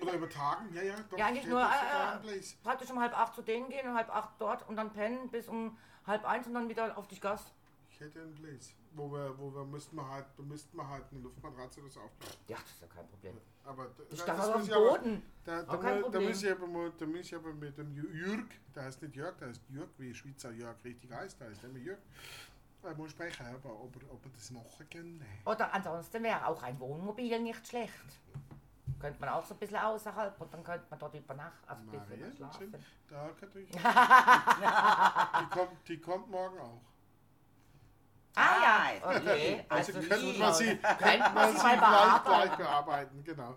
Oder über Tagen, ja, ja. Doch, Ja, eigentlich ja, nur das ist äh, ein Place. äh, praktisch um halb acht zu denen gehen und halb acht dort und dann pennen bis um halb eins und dann wieder auf dich Gas. Ich hätte einen Place, wo wir, wo wir müssten wir halt, müssten wir halt eine Luftmatratze oder so aufbauen. Ja, das ist ja kein Problem. Aber da- Ich das darf muss aber auf ich dem Boden. Da, da, Auch kein mu- da, Problem. muss ich aber, mal- da muss ich aber mit dem Jü- Jürg, der heißt nicht Jörg, der heißt Jürg, wie Schweizer Jörg richtig heißt, der heißt immer Jürg. Da muss ich sprechen, aber ob er, ob er das machen kann. Oder ansonsten wäre auch ein Wohnmobil nicht schlecht. Könnte man auch so ein bisschen außerhalb und dann könnte man dort übernachten. Also ein bisschen Maria, schön. schlafen. da kann ich. die, kommt, die kommt morgen auch. Ah ja, Ah, okay. Also, Also könnten wir sie, könnte könnten wir sie mal gleich, bearbeiten. gleich bearbeiten, genau.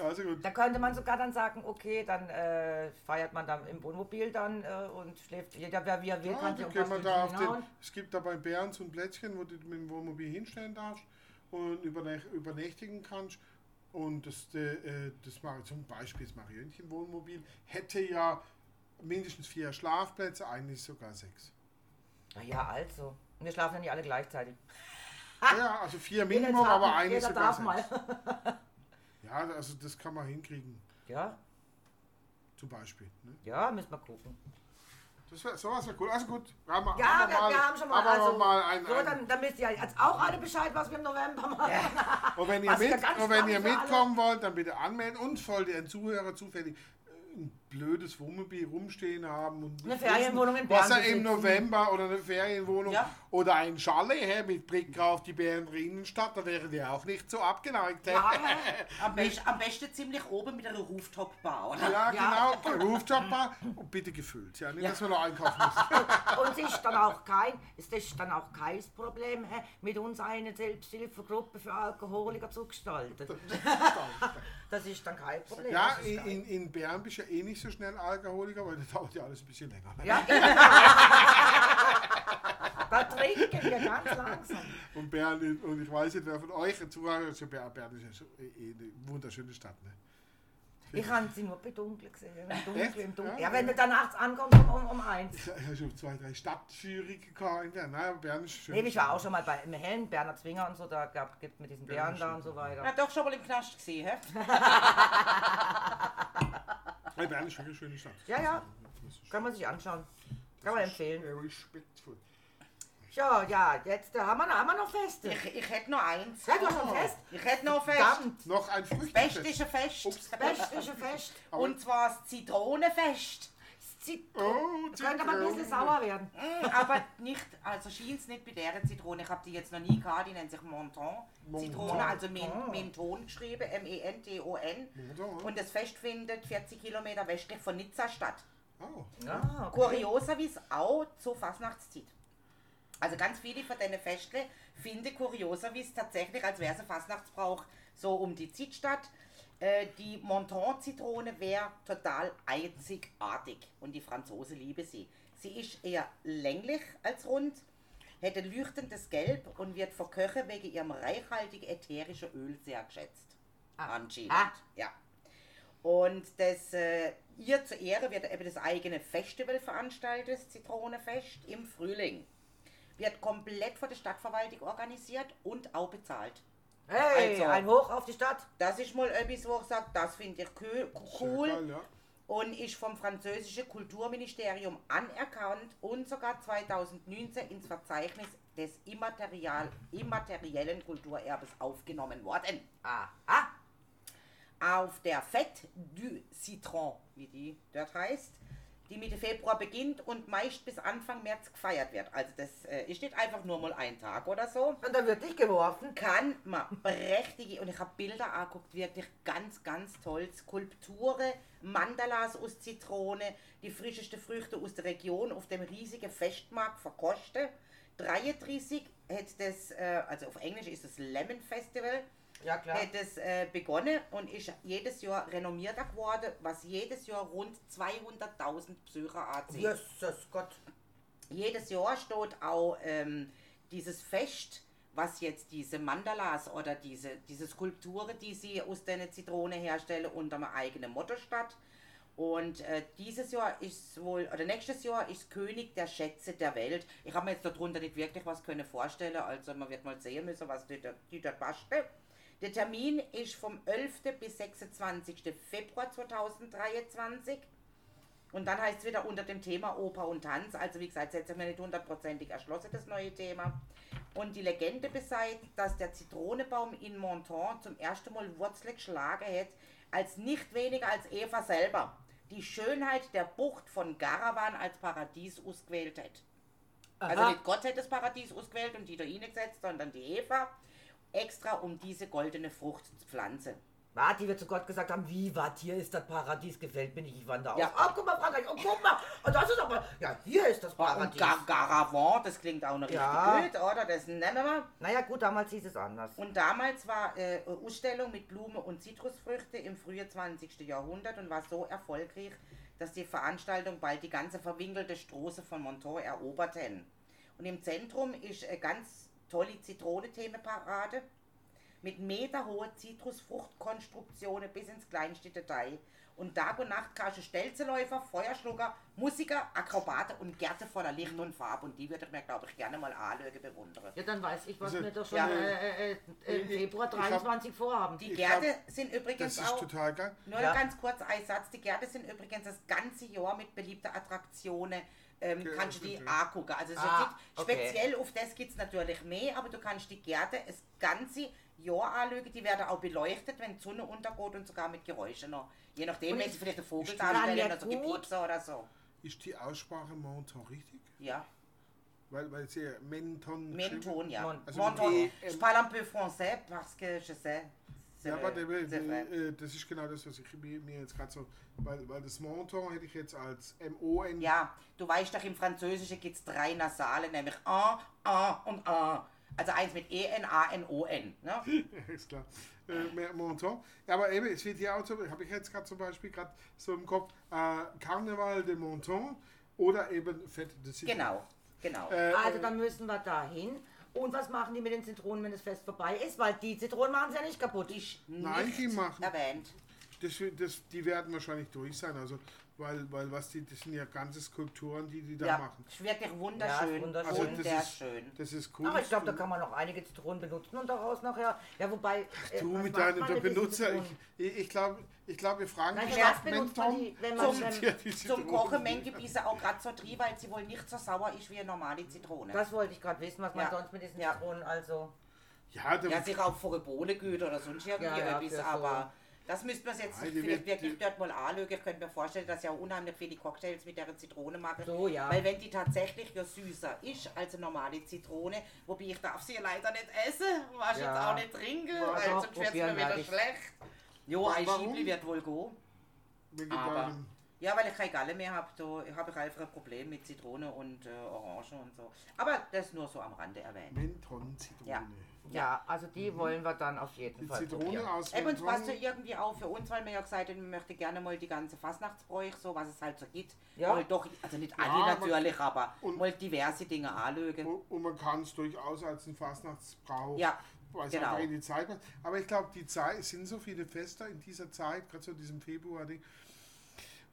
Also gut. Da könnte man sogar dann sagen, okay, dann äh, feiert man dann im Wohnmobil dann äh, und schläft jeder, wer wie er will, Ja, kann dann sich um können was wir da auf hinhauen. den, es gibt da bei Bern so ein Plätzchen, wo du mit dem Wohnmobil hinstellen darfst und übernäch- übernächtigen kannst. Und das, äh, das mache zum Beispiel das Marionchen-Wohnmobil hätte ja mindestens vier Schlafplätze, eigentlich sogar sechs. Na Ja, also. Und wir schlafen ja nicht alle gleichzeitig. Ja, also vier Minimum, Jeder darf- aber eigentlich jeder sogar darf sechs. mal. Ja, also das kann man hinkriegen, Ja, zum Beispiel. Ne? ja, müssen wir gucken. Das wär, sowas wäre cool. Also gut, haben wir, Ja, haben wir, wir, mal, wir haben schon mal. haben wir Also, mal ein, so, ein- dann, dann wisst ihr jetzt auch alle Bescheid, was wir im November machen. Und wenn ihr, Was ich mit, ja ganz und wenn ihr spannend für mitkommen wollt, dann bitte anmelden und sollte ein Zuhörer zufällig äh, ein blödes Wohnmobil rumstehen haben und Eine nicht Ferienwohnung in was Bern er im besitzen. November oder eine Ferienwohnung Ja. oder ein Chalet her mit Blick auf die Berner Innenstadt, da wären wir auch nicht so abgeneigt. Ja, Am, best, am besten ziemlich oben mit einer Rooftop-Bar, oder? Ja. genau. Rooftop Bar und bitte gefüllt. Ja, nicht, dass wir noch einkaufen müssen. Und es ist dann auch kein, es ist dann auch kein Problem, hä, mit uns eine Selbsthilfegruppe für Alkoholiker zu gestalten. Das ist dann kein Problem. Ja, das ist in, geil. in, in Bern bist du ja eh nicht so schnell Alkoholiker, weil das dauert ja alles ein bisschen länger. ne? Ja, da trinken wir ganz langsam. Und Bern, eh und ich weiß nicht, wer von euch ein Zuhörer ist, Bern, Bern ist ja so- eh eine wunderschöne Stadt. Ne? Ich habe sie nur bei Dunkel gesehen. Im Echt? Dunkeln, im Dunkeln. Ja. Ja, wenn du dann nachts ankommst um, um, um eins. Ich habe schon zwei, drei Stadtjury gekannt. Ja, nein, Bern ist schön. Nee, ich war auch schon mal bei im Hellen, Berner Zwinger und so, da gab, gibt mit diesen Bären da und so Ja, weiter. doch schon mal im Knast gesehen, hä? Hey, Bern ist schon eine schöne Stadt. Ja, ja, kann man sich anschauen. Kann man empfehlen. Respectful. Ja, ja, jetzt äh, haben, wir, noch- haben wir noch Feste. Ich, ich hätte noch eins. Ja, du hast noch ein Fest? Ich hätte noch ein Fest. Verdammt, Noch ein Früchtefest. Best ist ein Fest. Ups. Fest ist ein Fest. Aber- Und zwar das Zitronenfest. Sie Oh, könnte aber ein bisschen sauer werden. Mm, Aber nicht, also scheint es nicht bei der Zitrone. Ich habe die jetzt noch nie gehabt. Die nennt sich Monton. Zitrone, also Men Menton geschrieben. E M-E-N-T-O-N. Menton. Und das Fest findet 40 Kilometer westlich von Nizza statt. Oh. Ja, Kurioserweise auch zur Fastnachtszeit. Also ganz viele von diesen Festen finden kurioserweise tatsächlich, als wäre es ein Fastnachtsbrauch, so um die Zeit statt. Äh, die Monton-Zitrone wäre total einzigartig und die Franzosen lieben sie. Sie ist eher länglich als rund, hätte leuchtendes Gelb und wird von Köchen wegen ihrem reichhaltigen ätherischen Öl sehr geschätzt. Ah. Anscheinend. Ah. Ja. Und das, äh, ihr zur Ehre wird eben das eigene Festival veranstaltet, das Zitronenfest, im Frühling. Wird komplett von der Stadtverwaltung organisiert und auch bezahlt. Hey, Also. ein Hoch auf die Stadt. Das ist mal etwas, wo ich sage, das finde ich cool, Sehr cool geil, ja. und ist vom französischen Kulturministerium anerkannt und sogar 2019 ins Verzeichnis des immaterial, immateriellen Kulturerbes aufgenommen worden. Ah, ah, auf der Fête du Citron, wie die dort heißt, die Mitte Februar beginnt und meist bis Anfang März gefeiert wird. Also das äh, ist nicht einfach nur mal ein Tag oder so. und dann wird dich geworfen. Kann man prächtige, und ich habe Bilder angeguckt, wirklich ganz, ganz toll. Skulpturen, Mandalas aus Zitrone, die frischesten Früchte aus der Region auf dem riesigen Festmarkt verkosten. 33 hat das, äh, also auf Englisch ist das Lemon Festival, Ja, klar. hat es äh, begonnen und ist jedes Jahr renommierter geworden, was jedes Jahr rund 200.000 Besucher anzieht. Jesus Gott. Jedes Jahr steht auch ähm, dieses Fest, was jetzt diese Mandalas oder diese, diese Skulpturen, die sie aus der Zitrone herstellen, unter einem eigenen Motto statt. Und äh, dieses Jahr ist wohl, oder nächstes Jahr ist König der Schätze der Welt. Ich habe mir jetzt darunter nicht wirklich was können vorstellen, also man wird mal sehen müssen, was die, dort- die dort basteln. Der Termin ist vom 11. bis 26. Februar 2023. Und dann heißt es wieder unter dem Thema Oper und Tanz. Also wie gesagt, setze mir nicht hundertprozentig erschlossen, das neue Thema. Und die Legende besagt, dass der Zitronenbaum in Monton zum ersten Mal Wurzeln geschlagen hat, als nicht weniger als Eva selber. Die Schönheit der Bucht von Garawan als Paradies ausgewählt hat. Also Aha. nicht Gott hat das Paradies ausgewählt und die da hingesetzt, sondern die Eva. Extra um diese goldene Frucht zu pflanzen. Wart, die wir zu Gott gesagt haben, wie wart, hier ist das Paradies, gefällt mir nicht, ich wandere aus. Ja. Oh, guck mal, Frankreich, oh, guck mal, und das ist aber, ja, hier ist Oh, das Und Paradies. Gar Garavant, das klingt auch noch richtig Ja. gut, oder? Das nehmen wir. Naja, gut, damals hieß es anders. Und damals war äh, eine Ausstellung mit Blume und Zitrusfrüchte im frühen 20. Jahrhundert und war so erfolgreich, dass die Veranstaltung bald die ganze verwinkelte Straße von Monton eroberten. Und im Zentrum ist eine ganz tolle Zitrone-Themenparade mit meterhohen Zitrusfruchtkonstruktionen bis ins kleinste Detail. Und Tag und Nacht kannst du Stelzeläufer, Feuerschlucker, Musiker, Akrobate und Gärte voller Licht und Farbe. Und die würde ich mir, glaube ich, gerne mal anlegen, bewundern. Ja, dann weiß ich, was Also, wir doch schon ja. äh, äh, äh, im Ich- Februar ich hab- 23 vorhaben. Die Ich Gärte sind übrigens Das ist auch... total geil. Nur Ja. ganz kurz ein Satz. Die Gärte sind übrigens das ganze Jahr mit beliebter Attraktionen. Ähm, Ge- kannst du die bitte. angucken. Also es Ah, gibt okay. speziell auf das gibt es natürlich mehr, aber du kannst die Gärte das ganze Jahr anlegen. Die werden auch beleuchtet, wenn die Sonne untergeht und sogar mit Geräuschen noch. Je nachdem, Und wenn ich- sie vielleicht einen Vogel ich- darstellen Ja, oder so gut. Gepiepse oder so. Ist die Aussprache Menton richtig? Ja, Weil, weil sie ja Menton. Menton, ja. Mon- Also Menton. die- Je parle un peu français parce que je sais. Ja, aber der, der, c'est vrai. äh, das ist genau das, was ich mir, mir jetzt gerade so. Weil, weil das Menton hätte ich jetzt als M-O-N. Ja, du weißt doch, im Französischen gibt es drei Nasale, nämlich A, A und A. Also eins mit E-N, A-N-O-N. Ne? ist klar. Äh, mehr Menton. Ja, aber eben, es wird ja auch so, habe ich jetzt gerade zum Beispiel gerade so im Kopf, äh, Carnaval de Menton oder eben Fête de Cité. Genau, genau. Äh, also, dann müssen wir dahin. Und was machen die mit den Zitronen, wenn das Fest vorbei ist? Weil die Zitronen machen sie ja nicht kaputt. Ist Nein, die nicht machen- erwähnt. das, wird- das, die werden wahrscheinlich durch sein. Also, weil, weil was die, das sind ja ganze Skulpturen, die die da Ja, machen. es wird ja Ja, wunderschön. ist wunderschön. Also das ist, wunderschön. das ist cool. Aber ich glaube, da kann man noch einige Zitronen benutzen und daraus nachher. Ja, wobei. äh, Du was mit macht deinen man der mit diesen Benutzer, ich, Zitronen? ich, ich glaube, ich glaub, wir fragen Nein, die ich glaub, Stadt benutzt man Menton, die, wenn man- zum, wenn- dir die Zum Zitronen- Kochen mengen diese auch gerade so drin, weil sie wohl nicht so sauer ist wie eine normale Zitrone. Das wollte ich gerade wissen, was man Ja. sonst mit diesen Ja. Zitronen also. Ja, der, ja, sie raucht vor Bohne gut oder sonst irgendwie Ja, ja, etwas, für so- aber das müsste man jetzt Nein, die vielleicht wird- wirklich die- dort mal anlegen. Ich könnte mir vorstellen, dass ja auch unheimlich viele Cocktails mit der Zitrone machen. So, ja. Weil wenn die tatsächlich ja süßer ist als eine normale Zitrone, wobei ich darf sie ja leider nicht essen, was Ja. jetzt auch nicht trinken, Ja, weil sonst doch, wird es mir probieren wieder werde ich. schlecht. Jo, ein Warum? Schiebli wird wohl gehen. Vegetarier. Ja, weil ich keine Galle mehr habe, da habe ich einfach ein Problem mit Zitrone und äh, Orange und so. Aber das nur so am Rande erwähnt. Menton-Zitrone. Ja. Ja, also die wollen wir dann auf jeden Mhm. Die Fall. probieren. Zitrone aus Eben, uns passt ja Menton. irgendwie auch für uns, weil wir ja gesagt haben, wir möchten gerne mal die ganze Fastnachtsbräuche, so was es halt so gibt. Ja. Ja. Mal doch, also nicht alle aber- natürlich, aber und- mal diverse Dinge anlögen. Und und man kann es durchaus als ein Fastnachtsbrau, Ja, weil es genau. einfach in die Zeit passt. Aber ich glaube, die Zeit, es sind so viele Feste in dieser Zeit, gerade so in diesem Februar-Ding.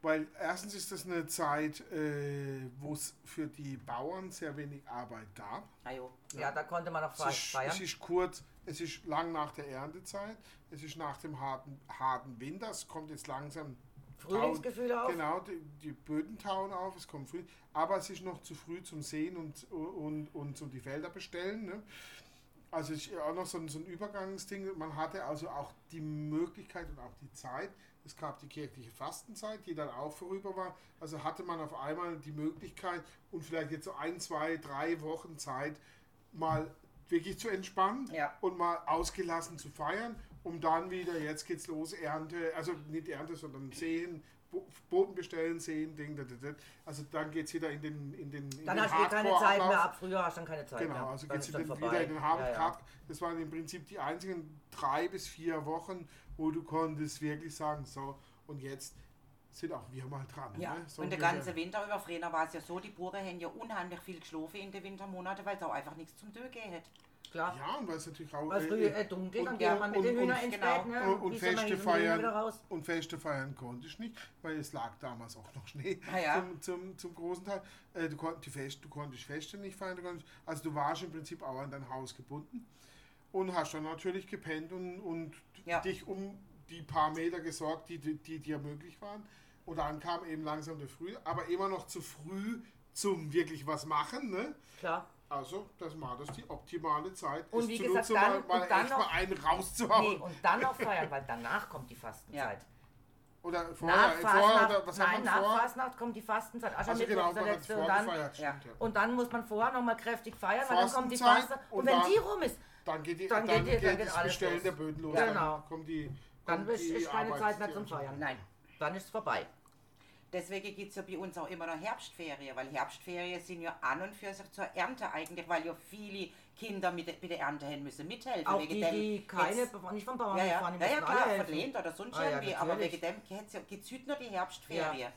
Weil erstens ist das eine Zeit, äh, wo es für die Bauern sehr wenig Arbeit gab. Ah, jo. Ja, da konnte man noch Es ist, es feiern. ist kurz, es ist lang nach der Erntezeit, es ist nach dem harten, harten Winter, es kommt jetzt langsam. Frühlingsgefühle tauen- auf. Genau, die, die Böden tauen auf, es kommt früh, aber es ist noch zu früh zum Sehen und, und, und zum die Felder bestellen. Ne? Also es ist ja auch noch so ein, so ein Übergangsding. Man hatte also auch die Möglichkeit und auch die Zeit. Es gab die kirchliche Fastenzeit, die dann auch vorüber war. Also hatte man auf einmal die Möglichkeit und vielleicht jetzt so ein, zwei, drei Wochen Zeit, mal wirklich zu entspannen Ja. und mal ausgelassen zu feiern, um dann wieder, jetzt geht's los, Ernte, also nicht Ernte, sondern Sehen, Bo- Boden bestellen, Sehen, Ding, da, da, da. also dann geht's wieder in den in den in Dann den hast du eh keine Zeit Hardcore-Ablauf. mehr. Ab früher hast du dann keine Zeit mehr. Genau, also Dann geht's ist wieder dann in vorbei. den Harvard Ja, ja. Cup. Das waren im Prinzip die einzigen drei bis vier Wochen, wo du konntest wirklich sagen, so, und jetzt sind auch wir mal dran. Ja, ne? so und den ungefähr. ganzen Winter über Frena war es ja so, die Bauern haben ja unheimlich viel geschlafen in den Wintermonaten, weil es auch einfach nichts zum Tö gegeben hat. Klar. Ja, und weil es natürlich auch... Weil äh, früher äh, dunkel, dann und- geht man mit und- den und- Hühnern ins genau. Bett. Ne? Und, und Wie Feste soll man mit dem Hühner feiern wieder raus? und Feste feiern konnte ich nicht, weil es lag damals auch noch Schnee Ah ja. zum, zum, zum großen Teil. Äh, du, konnt, die Fest, du konntest Feste nicht feiern, du konntest, also du warst im Prinzip auch an dein Haus gebunden und hast dann natürlich gepennt und, und Ja. dich um die paar Meter gesorgt, die, die, die dir möglich waren. Und dann kam eben langsam der Früh, aber immer noch zu früh zum wirklich was machen. Ne? Klar. Also, das war das die optimale Zeit. Und es wie zu gesagt, nutzen, mal, dann- mal und dann echt noch- mal einen Nee, rauszuhauen. und dann noch feiern, weil danach kommt die Fastenzeit. Oder Nach vorher, vorher oder Fastnacht, was nein, hat man nach vor? Fastnacht kommt die Fastenzeit. Also Aschermittwoch genau, ist der man hat letzte. vorher Und dann, gefeiert, stimmt, ja. und dann muss man vorher nochmal kräftig feiern, weil dann kommt die Fastenzeit Fastenzeit. und Und wenn dann- die rum ist, Dann geht, die, Dann dann geht die- geht, dann geht das alles Bestellen los. der Böden los. Ja. Genau. Dann kommt die, dann kommt ist, die ist keine Arbeit, Zeit mehr die- zum Feiern. Nein. Dann ist es vorbei. Deswegen gibt es ja bei uns auch immer noch Herbstferien, weil Herbstferien sind ja an und für sich zur Ernte eigentlich, weil ja viele Kinder mit, der- bei der Ernte hin müssen mithelfen. Auch Wegen die, dem die keine, jetzt- nicht vom Bauern ja, ja, gefahren, die ja, ja müssen klar, alle helfen. verlehnt oder sonst Ah, ja, irgendwie, aber natürlich. wegen dem gibt es heute nur die Herbstferien. Ja. Aus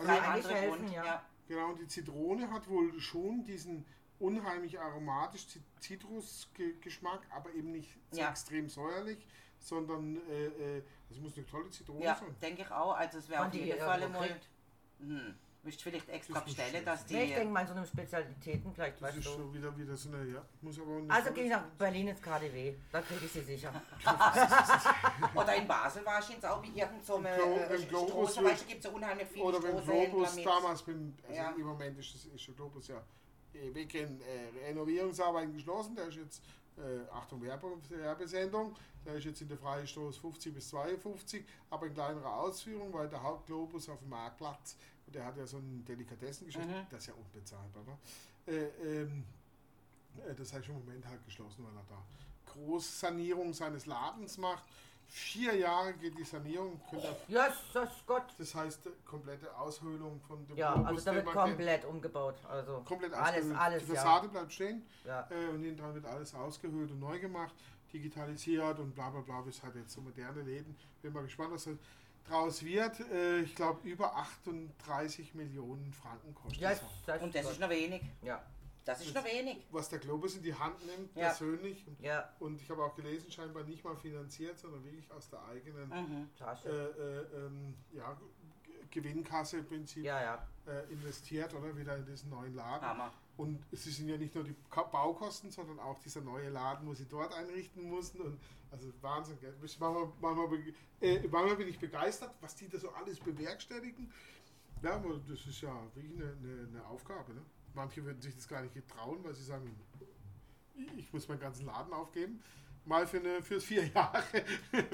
Also keinem eigentlich anderen helfen, Grund. ja. Genau, und die Zitrone hat wohl schon diesen unheimlich aromatisch Zit- Zitrusgeschmack, aber eben nicht so Ja. extrem säuerlich, sondern äh, äh, das muss eine tolle Zitrone Ja, sein. denke ich auch. Also es wäre Haben auf die jeden die Fall irgendwo mal. gekriegt? Hm, müsst vielleicht extra Das ist bestellen, schön. dass Nee, ich denke die. mal in so einem Spezialitäten vielleicht, Das weißt ist du. schon wieder, wieder so eine, ja, muss aber eine Also tolle gehe ich nach Zitrone sein. Berlin ins KDW, da kriege ich sie sicher. Oder in Basel war ich jetzt auch bei irgendeinem so Glo- äh, wenn Globus Strohse, wird- weißt du, gibt es ja unheimlich viele Oder wenn Strohsehändler Globus mit- damals, beim, also Ja. im Moment ist, das, ist der Globus ja äh, wegen äh, Renovierungsarbeiten geschlossen. Der ist jetzt, äh, Achtung, Werbung, Werbesendung, der ist jetzt in der freien Stoß 50 bis 52, aber in kleinerer Ausführung, weil der Hauptglobus auf dem Marktplatz, und der hat ja so ein Delikatessengeschäft, das ist ja unbezahlbar war. Äh, ähm, äh, das heißt im Moment halt geschlossen, weil er da Großsanierung seines Ladens macht. Vier Jahre geht die Sanierung, könnt ihr Jesus Gott. das heißt, äh, komplette Aushöhlung von dem Ja, also Globus, da den wird man kennt. komplett umgebaut. Also komplett alles, ausgehöhlt. alles, Die ja. Fassade bleibt stehen ja. äh, und hinten dran wird alles ausgehöhlt und neu gemacht, digitalisiert und bla bla bla. Das hat jetzt so moderne Läden. Bin mal gespannt, was das draus wird. Äh, ich glaube, über 38 Millionen Franken kostet Ja, das. das Und das ist noch wenig. ja. Das ist noch wenig. Was der Globus in die Hand nimmt, Ja. persönlich. Und, Ja, und ich habe auch gelesen, scheinbar nicht mal finanziert, sondern wirklich aus der eigenen Mhm. äh, Tasche. äh, ähm, ja, G- Gewinnkasse im Prinzip Ja, ja. äh, investiert, oder? Wieder in diesen neuen Laden. Hammer. Und es sind ja nicht nur die Ka- Baukosten, sondern auch dieser neue Laden, wo sie dort einrichten mussten. Und also Wahnsinn, gell? Ich- Manchmal, manchmal, be- äh, manchmal bin ich begeistert, was die da so alles bewerkstelligen. Ja, aber das ist ja wirklich eine, eine, eine Aufgabe. Ne? Manche würden sich das gar nicht getrauen, weil sie sagen, ich muss meinen ganzen Laden aufgeben. Mal für eine, fürs vier Jahre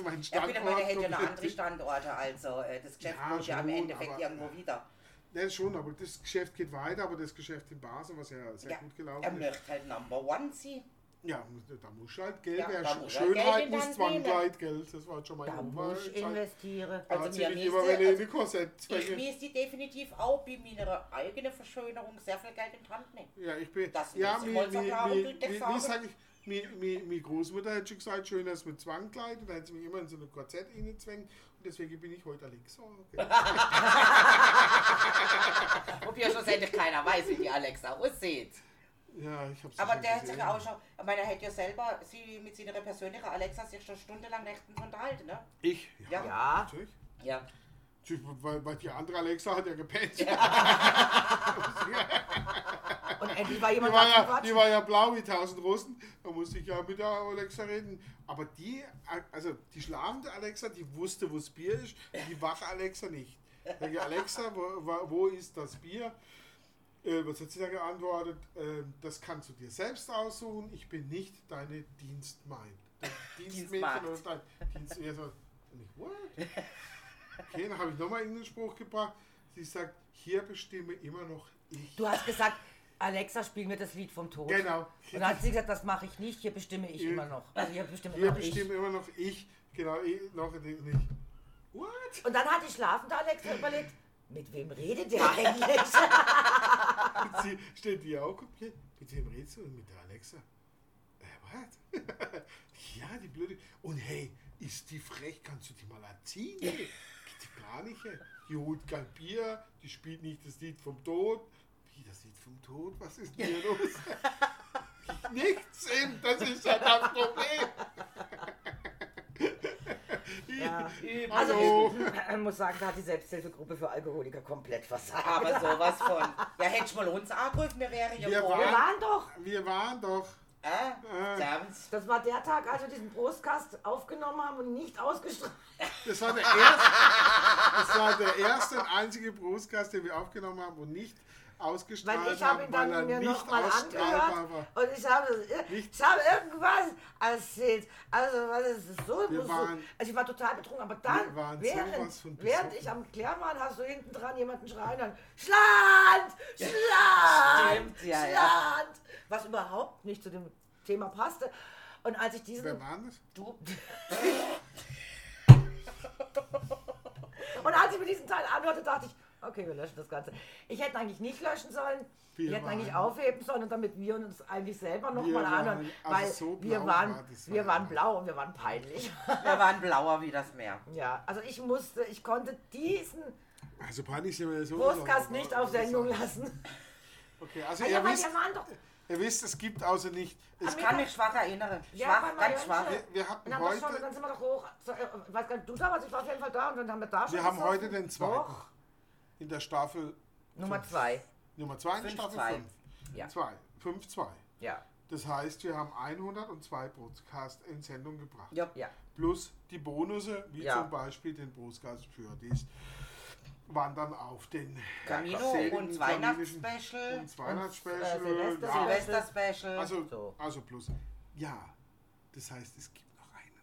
meinen Ja, Standort. bitte meine hätte ja noch komplett andere Standorte, also äh, das Geschäft Ja, muss ja im schon, Endeffekt aber- äh, irgendwo wieder. Ja, schon, aber das Geschäft geht weiter, aber das Geschäft in Basel, was ja sehr Ja, gut er gelaufen ist. möchte halt Number One sein. Ja, da muss halt Geld Ja, her. da Sch- muss halt Schönheit Geld in muss Hand Zwang nehmen. gleich Geld. Das war schon mal Da muss ich investieren. Also Also mir ziemlich nächste- immer, wenn ich in also die Korsett Ich zwänge. müsste definitiv auch bei meiner eigenen Verschönerung sehr viel Geld in die Hand nehmen. Ja, ich bin. Das ja, muss mi, ich mi, wohl sagen, mi, du, das mi, sagen. mi, sag ich, mi, mi, mi Großmutter hätte schon gesagt, schön, dass mit Zwang gleich. Und dann hätte sie mich immer in so eine Korsett zwängen. Und deswegen bin ich heute links. Oh, okay. Ob ja schlussendlich keiner weiß, wie die Alexa aussieht. ja, ich hab's Aber schon der hat gesehen. sich auch schon, ich meine, er hätte ja selber sie mit seiner persönlichen Alexa sich schon stundenlang rechtens unterhalten, ne? Ich? Ja. Ja, Natürlich. Ja. Natürlich, Weil, weil die andere Alexa hat ja gepennt. und endlich war jemand Die war, da zum ja, die Quatschen. war ja blau wie tausend Russen. Da musste ich ja mit der Alexa reden. Aber die, also die schlafende Alexa, die wusste, wo das Bier ist. Die wache Alexa nicht. Ich sage, Alexa, wo, wo- wo ist das Bier? Äh, was hat sie da geantwortet? Ähm, das kannst du dir selbst aussuchen. Ich bin nicht deine Dienstmaid. Dein Dienstmagd. Dienstmädchen und dein Dienst. Ja, so. Und ich, what? Okay, dann habe ich nochmal irgendeinen Spruch gebracht. Sie sagt, hier bestimme immer noch ich. Du hast gesagt, Alexa, spiel mir das Lied vom Tod. Genau. Und dann hat sie gesagt, das mache ich nicht, hier bestimme ich immer noch. Also hier bestimme Hier noch ich. bestimmt immer noch ich. Genau, ich noch nicht. What? Und dann hat die schlafende Alexa überlegt, mit wem redet der eigentlich? Und sie steht die auch komplett. Mit wem redest du denn? Mit der Alexa? Äh, what? ja, die blöde. Und hey, ist die frech? Kannst du die mal erziehen? ey? Geht die gar nicht. ey. Die holt kein Bier, die spielt nicht das Lied vom Tod. Wie, das Lied vom Tod? Was ist denn hier los? Nichts, eben, das ist ja das Problem. ja. Hallo. Also ich muss sagen, da hat die Selbsthilfegruppe für Alkoholiker komplett versagt. Aber sowas von. Ja, hätte ich mal uns angerufen, wir wären ja Wir froh. Wir waren- waren doch, Wir waren doch. Ah, Äh. verdammt. das war der Tag, als wir diesen Brustkast aufgenommen haben und nicht ausgestrahlt. Das war der erste, das war der erste und einzige Brustkast, den wir aufgenommen haben und nicht ausgestrahlt Weil ich haben, habe ihn weil er dann mir nicht nochmal ausstrahlbar war. angehört und ich habe, ich habe irgendwas erzählt. Also was ist das so? Wir so- waren- also ich war total betrunken, aber Wir dann, waren sowas von während, besoffen. während ich am Klär war, hast du hinten dran jemanden schreien hören. Schland! Schland! Stimmt, ja, ja. Schland! Was überhaupt nicht zu dem Thema passte. Und als ich diesen Wer war das? Du, Und als ich mir diesen Teil anhörte, dachte ich, okay, wir löschen das Ganze. Ich hätte eigentlich nicht löschen sollen. Wir Wir hätten waren- eigentlich aufheben sollen, und damit wir uns eigentlich selber Wir nochmal waren- anhören. also Weil so wir, blau waren, war das wir Weihnachten. waren blau und wir waren peinlich. wir waren blauer wie das Meer. ja, also ich musste, ich konnte diesen Also peinlich sind wir ja so. Brustkast aber- nicht auf Sendung lassen. Okay, also Ja, ihr weil wisst, wir waren doch. ihr wisst, es gibt außer nicht. Es Ich kann mich schwach erinnern. Schwach, Ja, weil ganz Marianne- schwach. wir, wir hatten Dann, haben wir schon, heute, dann sind wir doch hoch. zu- äh, weiß gar nicht, du da warst, ich war auf jeden Fall da und dann haben wir da schon. wir haben gesoffen. heute den zweiten Doch, in der Staffel Nummer zwei. Nummer 2 in der Fünf, Staffel zwei. 5. Ja. 2. 5, 2. Ja, Das heißt, wir haben 102 Brustkast in Sendung gebracht. Ja. ja. plus die Bonusse, wie Ja. zum Beispiel den Brustgas für dies, wandern auf den Camino seligen und kaminischen- Weihnachtsspecial. und Weihnachtsspecial. Und, äh, Silvester- ja. Silvester-Special. also, So. also plus. Ja, das heißt, es gibt noch einen.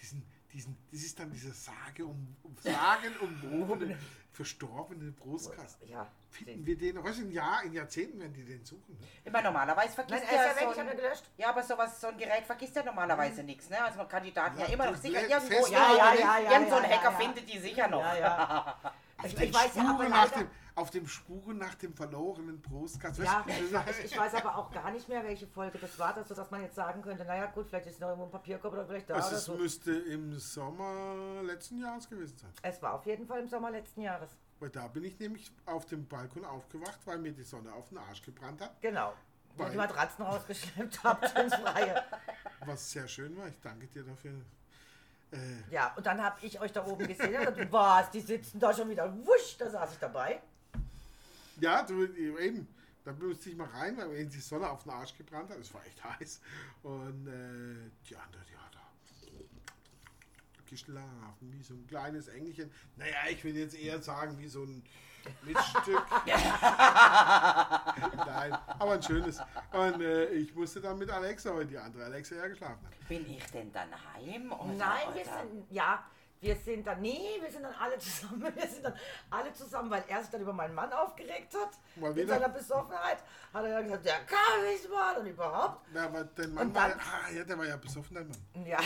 Diesen, diesen, das ist dann dieser Sage um, um Sagen umwobene, verstorbene Brustgas. ja. Finden wir den heute ein Jahr, in Jahrzehnten werden die den suchen. Ne? Immer normalerweise Nein, vergisst er ist ja Mhm. weg, ja ich so habe ihn ein, gelöscht. Ja, aber sowas, so ein Gerät vergisst ja normalerweise nichts, ne? Also man kann die Daten ja, Ja, immer noch das sicher Gerät irgendwo. festmachen. Ja, ja, ja, ja, irgend so ein ja, Hacker ja, ja. findet die sicher noch. Ja, ja. Auf Also, Ich- den ich weiß ja, aber Spuren nach leider- dem, auf dem Spuren nach dem verlorenen Brustgas. Ja, Weißt du, ich, weiß- ich weiß aber auch gar nicht mehr, welche Folge das war, dass, so, dass man jetzt sagen könnte, naja gut, vielleicht ist es noch irgendwo ein Papierkorb oder vielleicht da Also oder es so. müsste im Sommer letzten Jahres gewesen sein. Es war auf jeden Fall im Sommer letzten Jahres. Weil da bin ich nämlich auf dem Balkon aufgewacht, weil mir die Sonne auf den Arsch gebrannt hat. Genau. weil ihr die Matratzen rausgeschleppt habt ins Freie. Was sehr schön war, ich danke dir dafür. Äh, Ja, und dann habe ich euch da oben gesehen und dachte, was, die sitzen da schon wieder. Wusch, da saß ich dabei. ja, du, eben, da musste ich mal rein, weil eben die Sonne auf den Arsch gebrannt hat. Es war echt heiß. Und äh, die andere, die hat da geschlafen, wie so ein kleines Engelchen. Naja, ich will jetzt eher sagen, wie so ein Miststück. Nein, aber ein schönes. Und äh, ich musste dann mit Alexa, weil die andere Alexa ja geschlafen hat. Bin ich denn dann heim? Oh, Oder, Nein, wir oder? sind, ja, wir sind dann, nee, wir sind dann alle zusammen, wir sind dann alle zusammen, weil er sich dann über meinen Mann aufgeregt hat, Mal in wieder? seiner Besoffenheit, hat er dann gesagt, der kann nicht mal und überhaupt. Na, aber dein Mann Und war ja, dann- ah, ja, der war ja besoffen, dein Mann. Ja.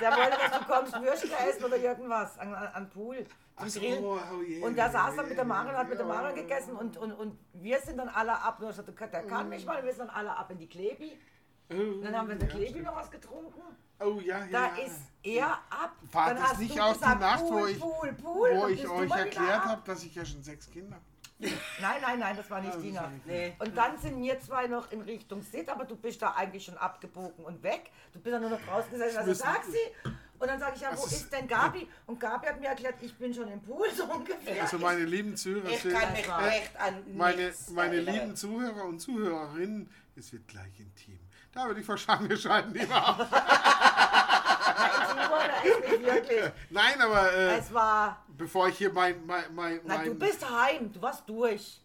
der wollte, dass du kommst, Würstchen essen oder irgendwas an, an, an Pool. Zum so, Grillen. oh je, und da oh saß er je, mit der Marion, hat mit der ja. Marion gegessen und, und, und wir sind dann alle ab. Und er hat gesagt, der kann nicht mal, und wir sind dann alle ab in die Klebi. Oh. Und dann haben wir in der Mhm. Ja, Klebi stimmt. noch was getrunken. Oh ja, ja. Da ist er ab. War Dann das hast nicht du auch die gesagt, Nacht, Pool, wo ich- Pool, Pool, Wo dann ich bist du euch mal wieder erklärt ab. habe, dass ich ja schon sechs Kinder habe. Nein, nein, nein, das war nicht die Nacht. Nee. Und dann sind wir zwei noch in Richtung Sit, aber du bist da eigentlich schon abgebogen und weg. Du bist ja nur noch draußen gesessen, also müssen- Taxi. Und dann sage ich, ja, wo Also es- ist denn Gabi? Und Gabi hat mir erklärt, ich bin schon im Pool, so ungefähr. Also meine lieben Ich kann Zuhörer, mich war- echt an meine, äh, nichts meine erinnern. lieben Zuhörer und Zuhörerinnen, es wird gleich intim. Da würde ich wahrscheinlich wir scheiden lieber ab. Ich war da echt nicht wirklich. Nein, aber äh, Es war, bevor ich hier mein mein mein, na, mein du bist heim, du warst durch.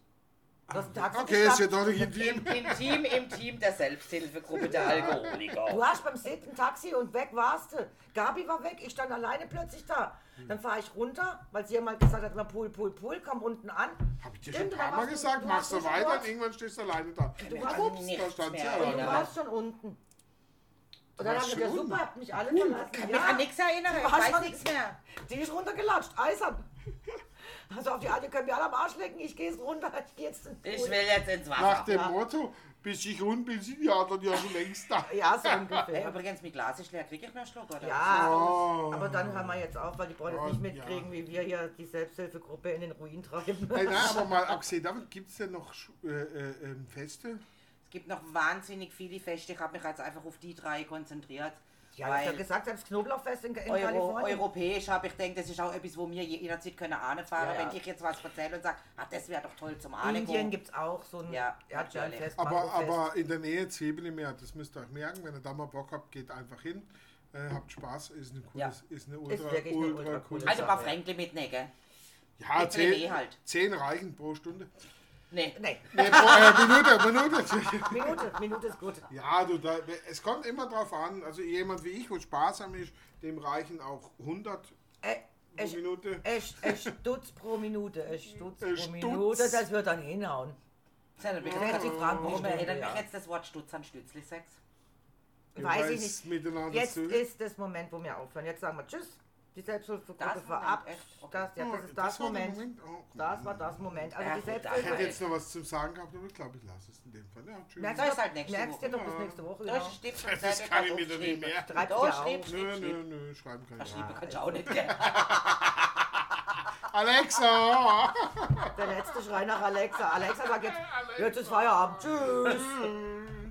Du hast ein Taxi okay, es wird geschnappt. doch nicht intim. Im Team, im Team der Selbsthilfegruppe der Alkoholiker. Du hast beim Sit ein Taxi und weg warst du. Gabi war weg, ich stand alleine plötzlich da. Dann fahre ich runter, weil sie jemand gesagt hat, na Pool, Pool, Pool, komm unten an. Hab ich dir schon ein Stimmt, paar da Mal warst du- gesagt, du machst warst du doch schon weiter dort. und irgendwann stehst du alleine da. Du An warst, Ups, da nichts stand sie mehr aber du erinnern. warst schon unten. Und dann warst haben wir gesagt, schon super, unten. habt mich alle verlassen. Ich kann mich ja, an nichts erinnern, ich Du warst weiß schon- nichts mehr. die ist runtergelatscht, eisern. Also auf die Alte können wir alle am Arsch lecken, ich gehe jetzt runter, ich gehe jetzt in den Ich Pool. will jetzt ins Nach Wasser. dem Motto, bis ich rund bin, sind die anderen ja schon längst da. Ja, so Hey, ungefähr. übrigens, mein Glas ist leer, krieg ich noch einen Schluck, oder? Ja, Oh. Ah. aber dann hören wir jetzt auf, weil die wollen es Oh, nicht mitkriegen, ja. wie wir hier die Selbsthilfegruppe in den Ruin treiben. Nein, nein, aber mal abgesehen davon, gibt es denn noch Schu- äh, äh, ähm, Feste? Es gibt noch wahnsinnig viele Feste. Ich habe mich jetzt einfach auf die drei konzentriert. Ja, ich weil habe gesagt, das Knoblauchfest in, in Euro, Kalifornien. europäisch habe ich denkt, das ist auch etwas, wo wir je- jederzeit können ahnen fahren. Ja, ja. Wenn ich jetzt was erzähle und sage, ah, das wäre doch toll zum Ahnen. Indien gehen. gibt es auch so ein Ja, Erdbeerfest. Aber, Mandelfest. aber in der Nähe Zebenemeer, das müsst ihr euch merken, wenn ihr da mal Bock habt, geht einfach hin. Äh, habt Spaß, ist eine, coole, Ja. ist eine ultra, wirklich eine ultra, ultra coole coole Also Sache. ein paar Fränkle mitnehmen. gell? Ja, mit zehn, René halt. zehn reichen pro Stunde. Nee. Nee, Nee, pro, äh, Minute, Minute. Minute, Minute ist gut. Ja, du, da, es kommt immer drauf an. Also jemand wie ich, wo sparsam ist, dem reichen auch 100 Äh, pro ich- Minute. Echt, ein Stutz pro Minute, ein Stutz Ein pro Stutz. Minute, das wird dann hinhauen. Das erinnert mich Das kann jetzt- sich fragen, Warum warum erinnert mich ja. jetzt das Wort Stutz an Stützli-Sex? Weiß ich Jeweils nicht. Miteinander Jetzt zu. ist das Moment, wo wir aufhören. Jetzt sagen wir Tschüss. Die Das Selbsthilfegruppe Moment, war ab. echt? Okay. Das, ja, Oh, das ist das, war der Moment. Oh, Das war das Moment. Also Ja, die gut, da- Ich hätte Selbsthilfe. jetzt noch was zum Sagen gehabt, aber ich glaube, ich lasse es in dem Fall. Ja, tschüss. Merkst Das du- ist halt nächste merkst du Woche. doch bis nächste Da Woche. ist ein Genau. Stift und Das Zettel, kann da ich mir doch nicht draufschreiben. mehr. Da Schreib's ja auf. schreib, schreib, Nö, nö, schreib. nö, schreiben kann ich. Verschieben kannst du auch nicht, gell? Alexa! Der letzte Schrei nach Alexa. Alexa sagt jetzt, jetzt ist Feierabend. Tschüss.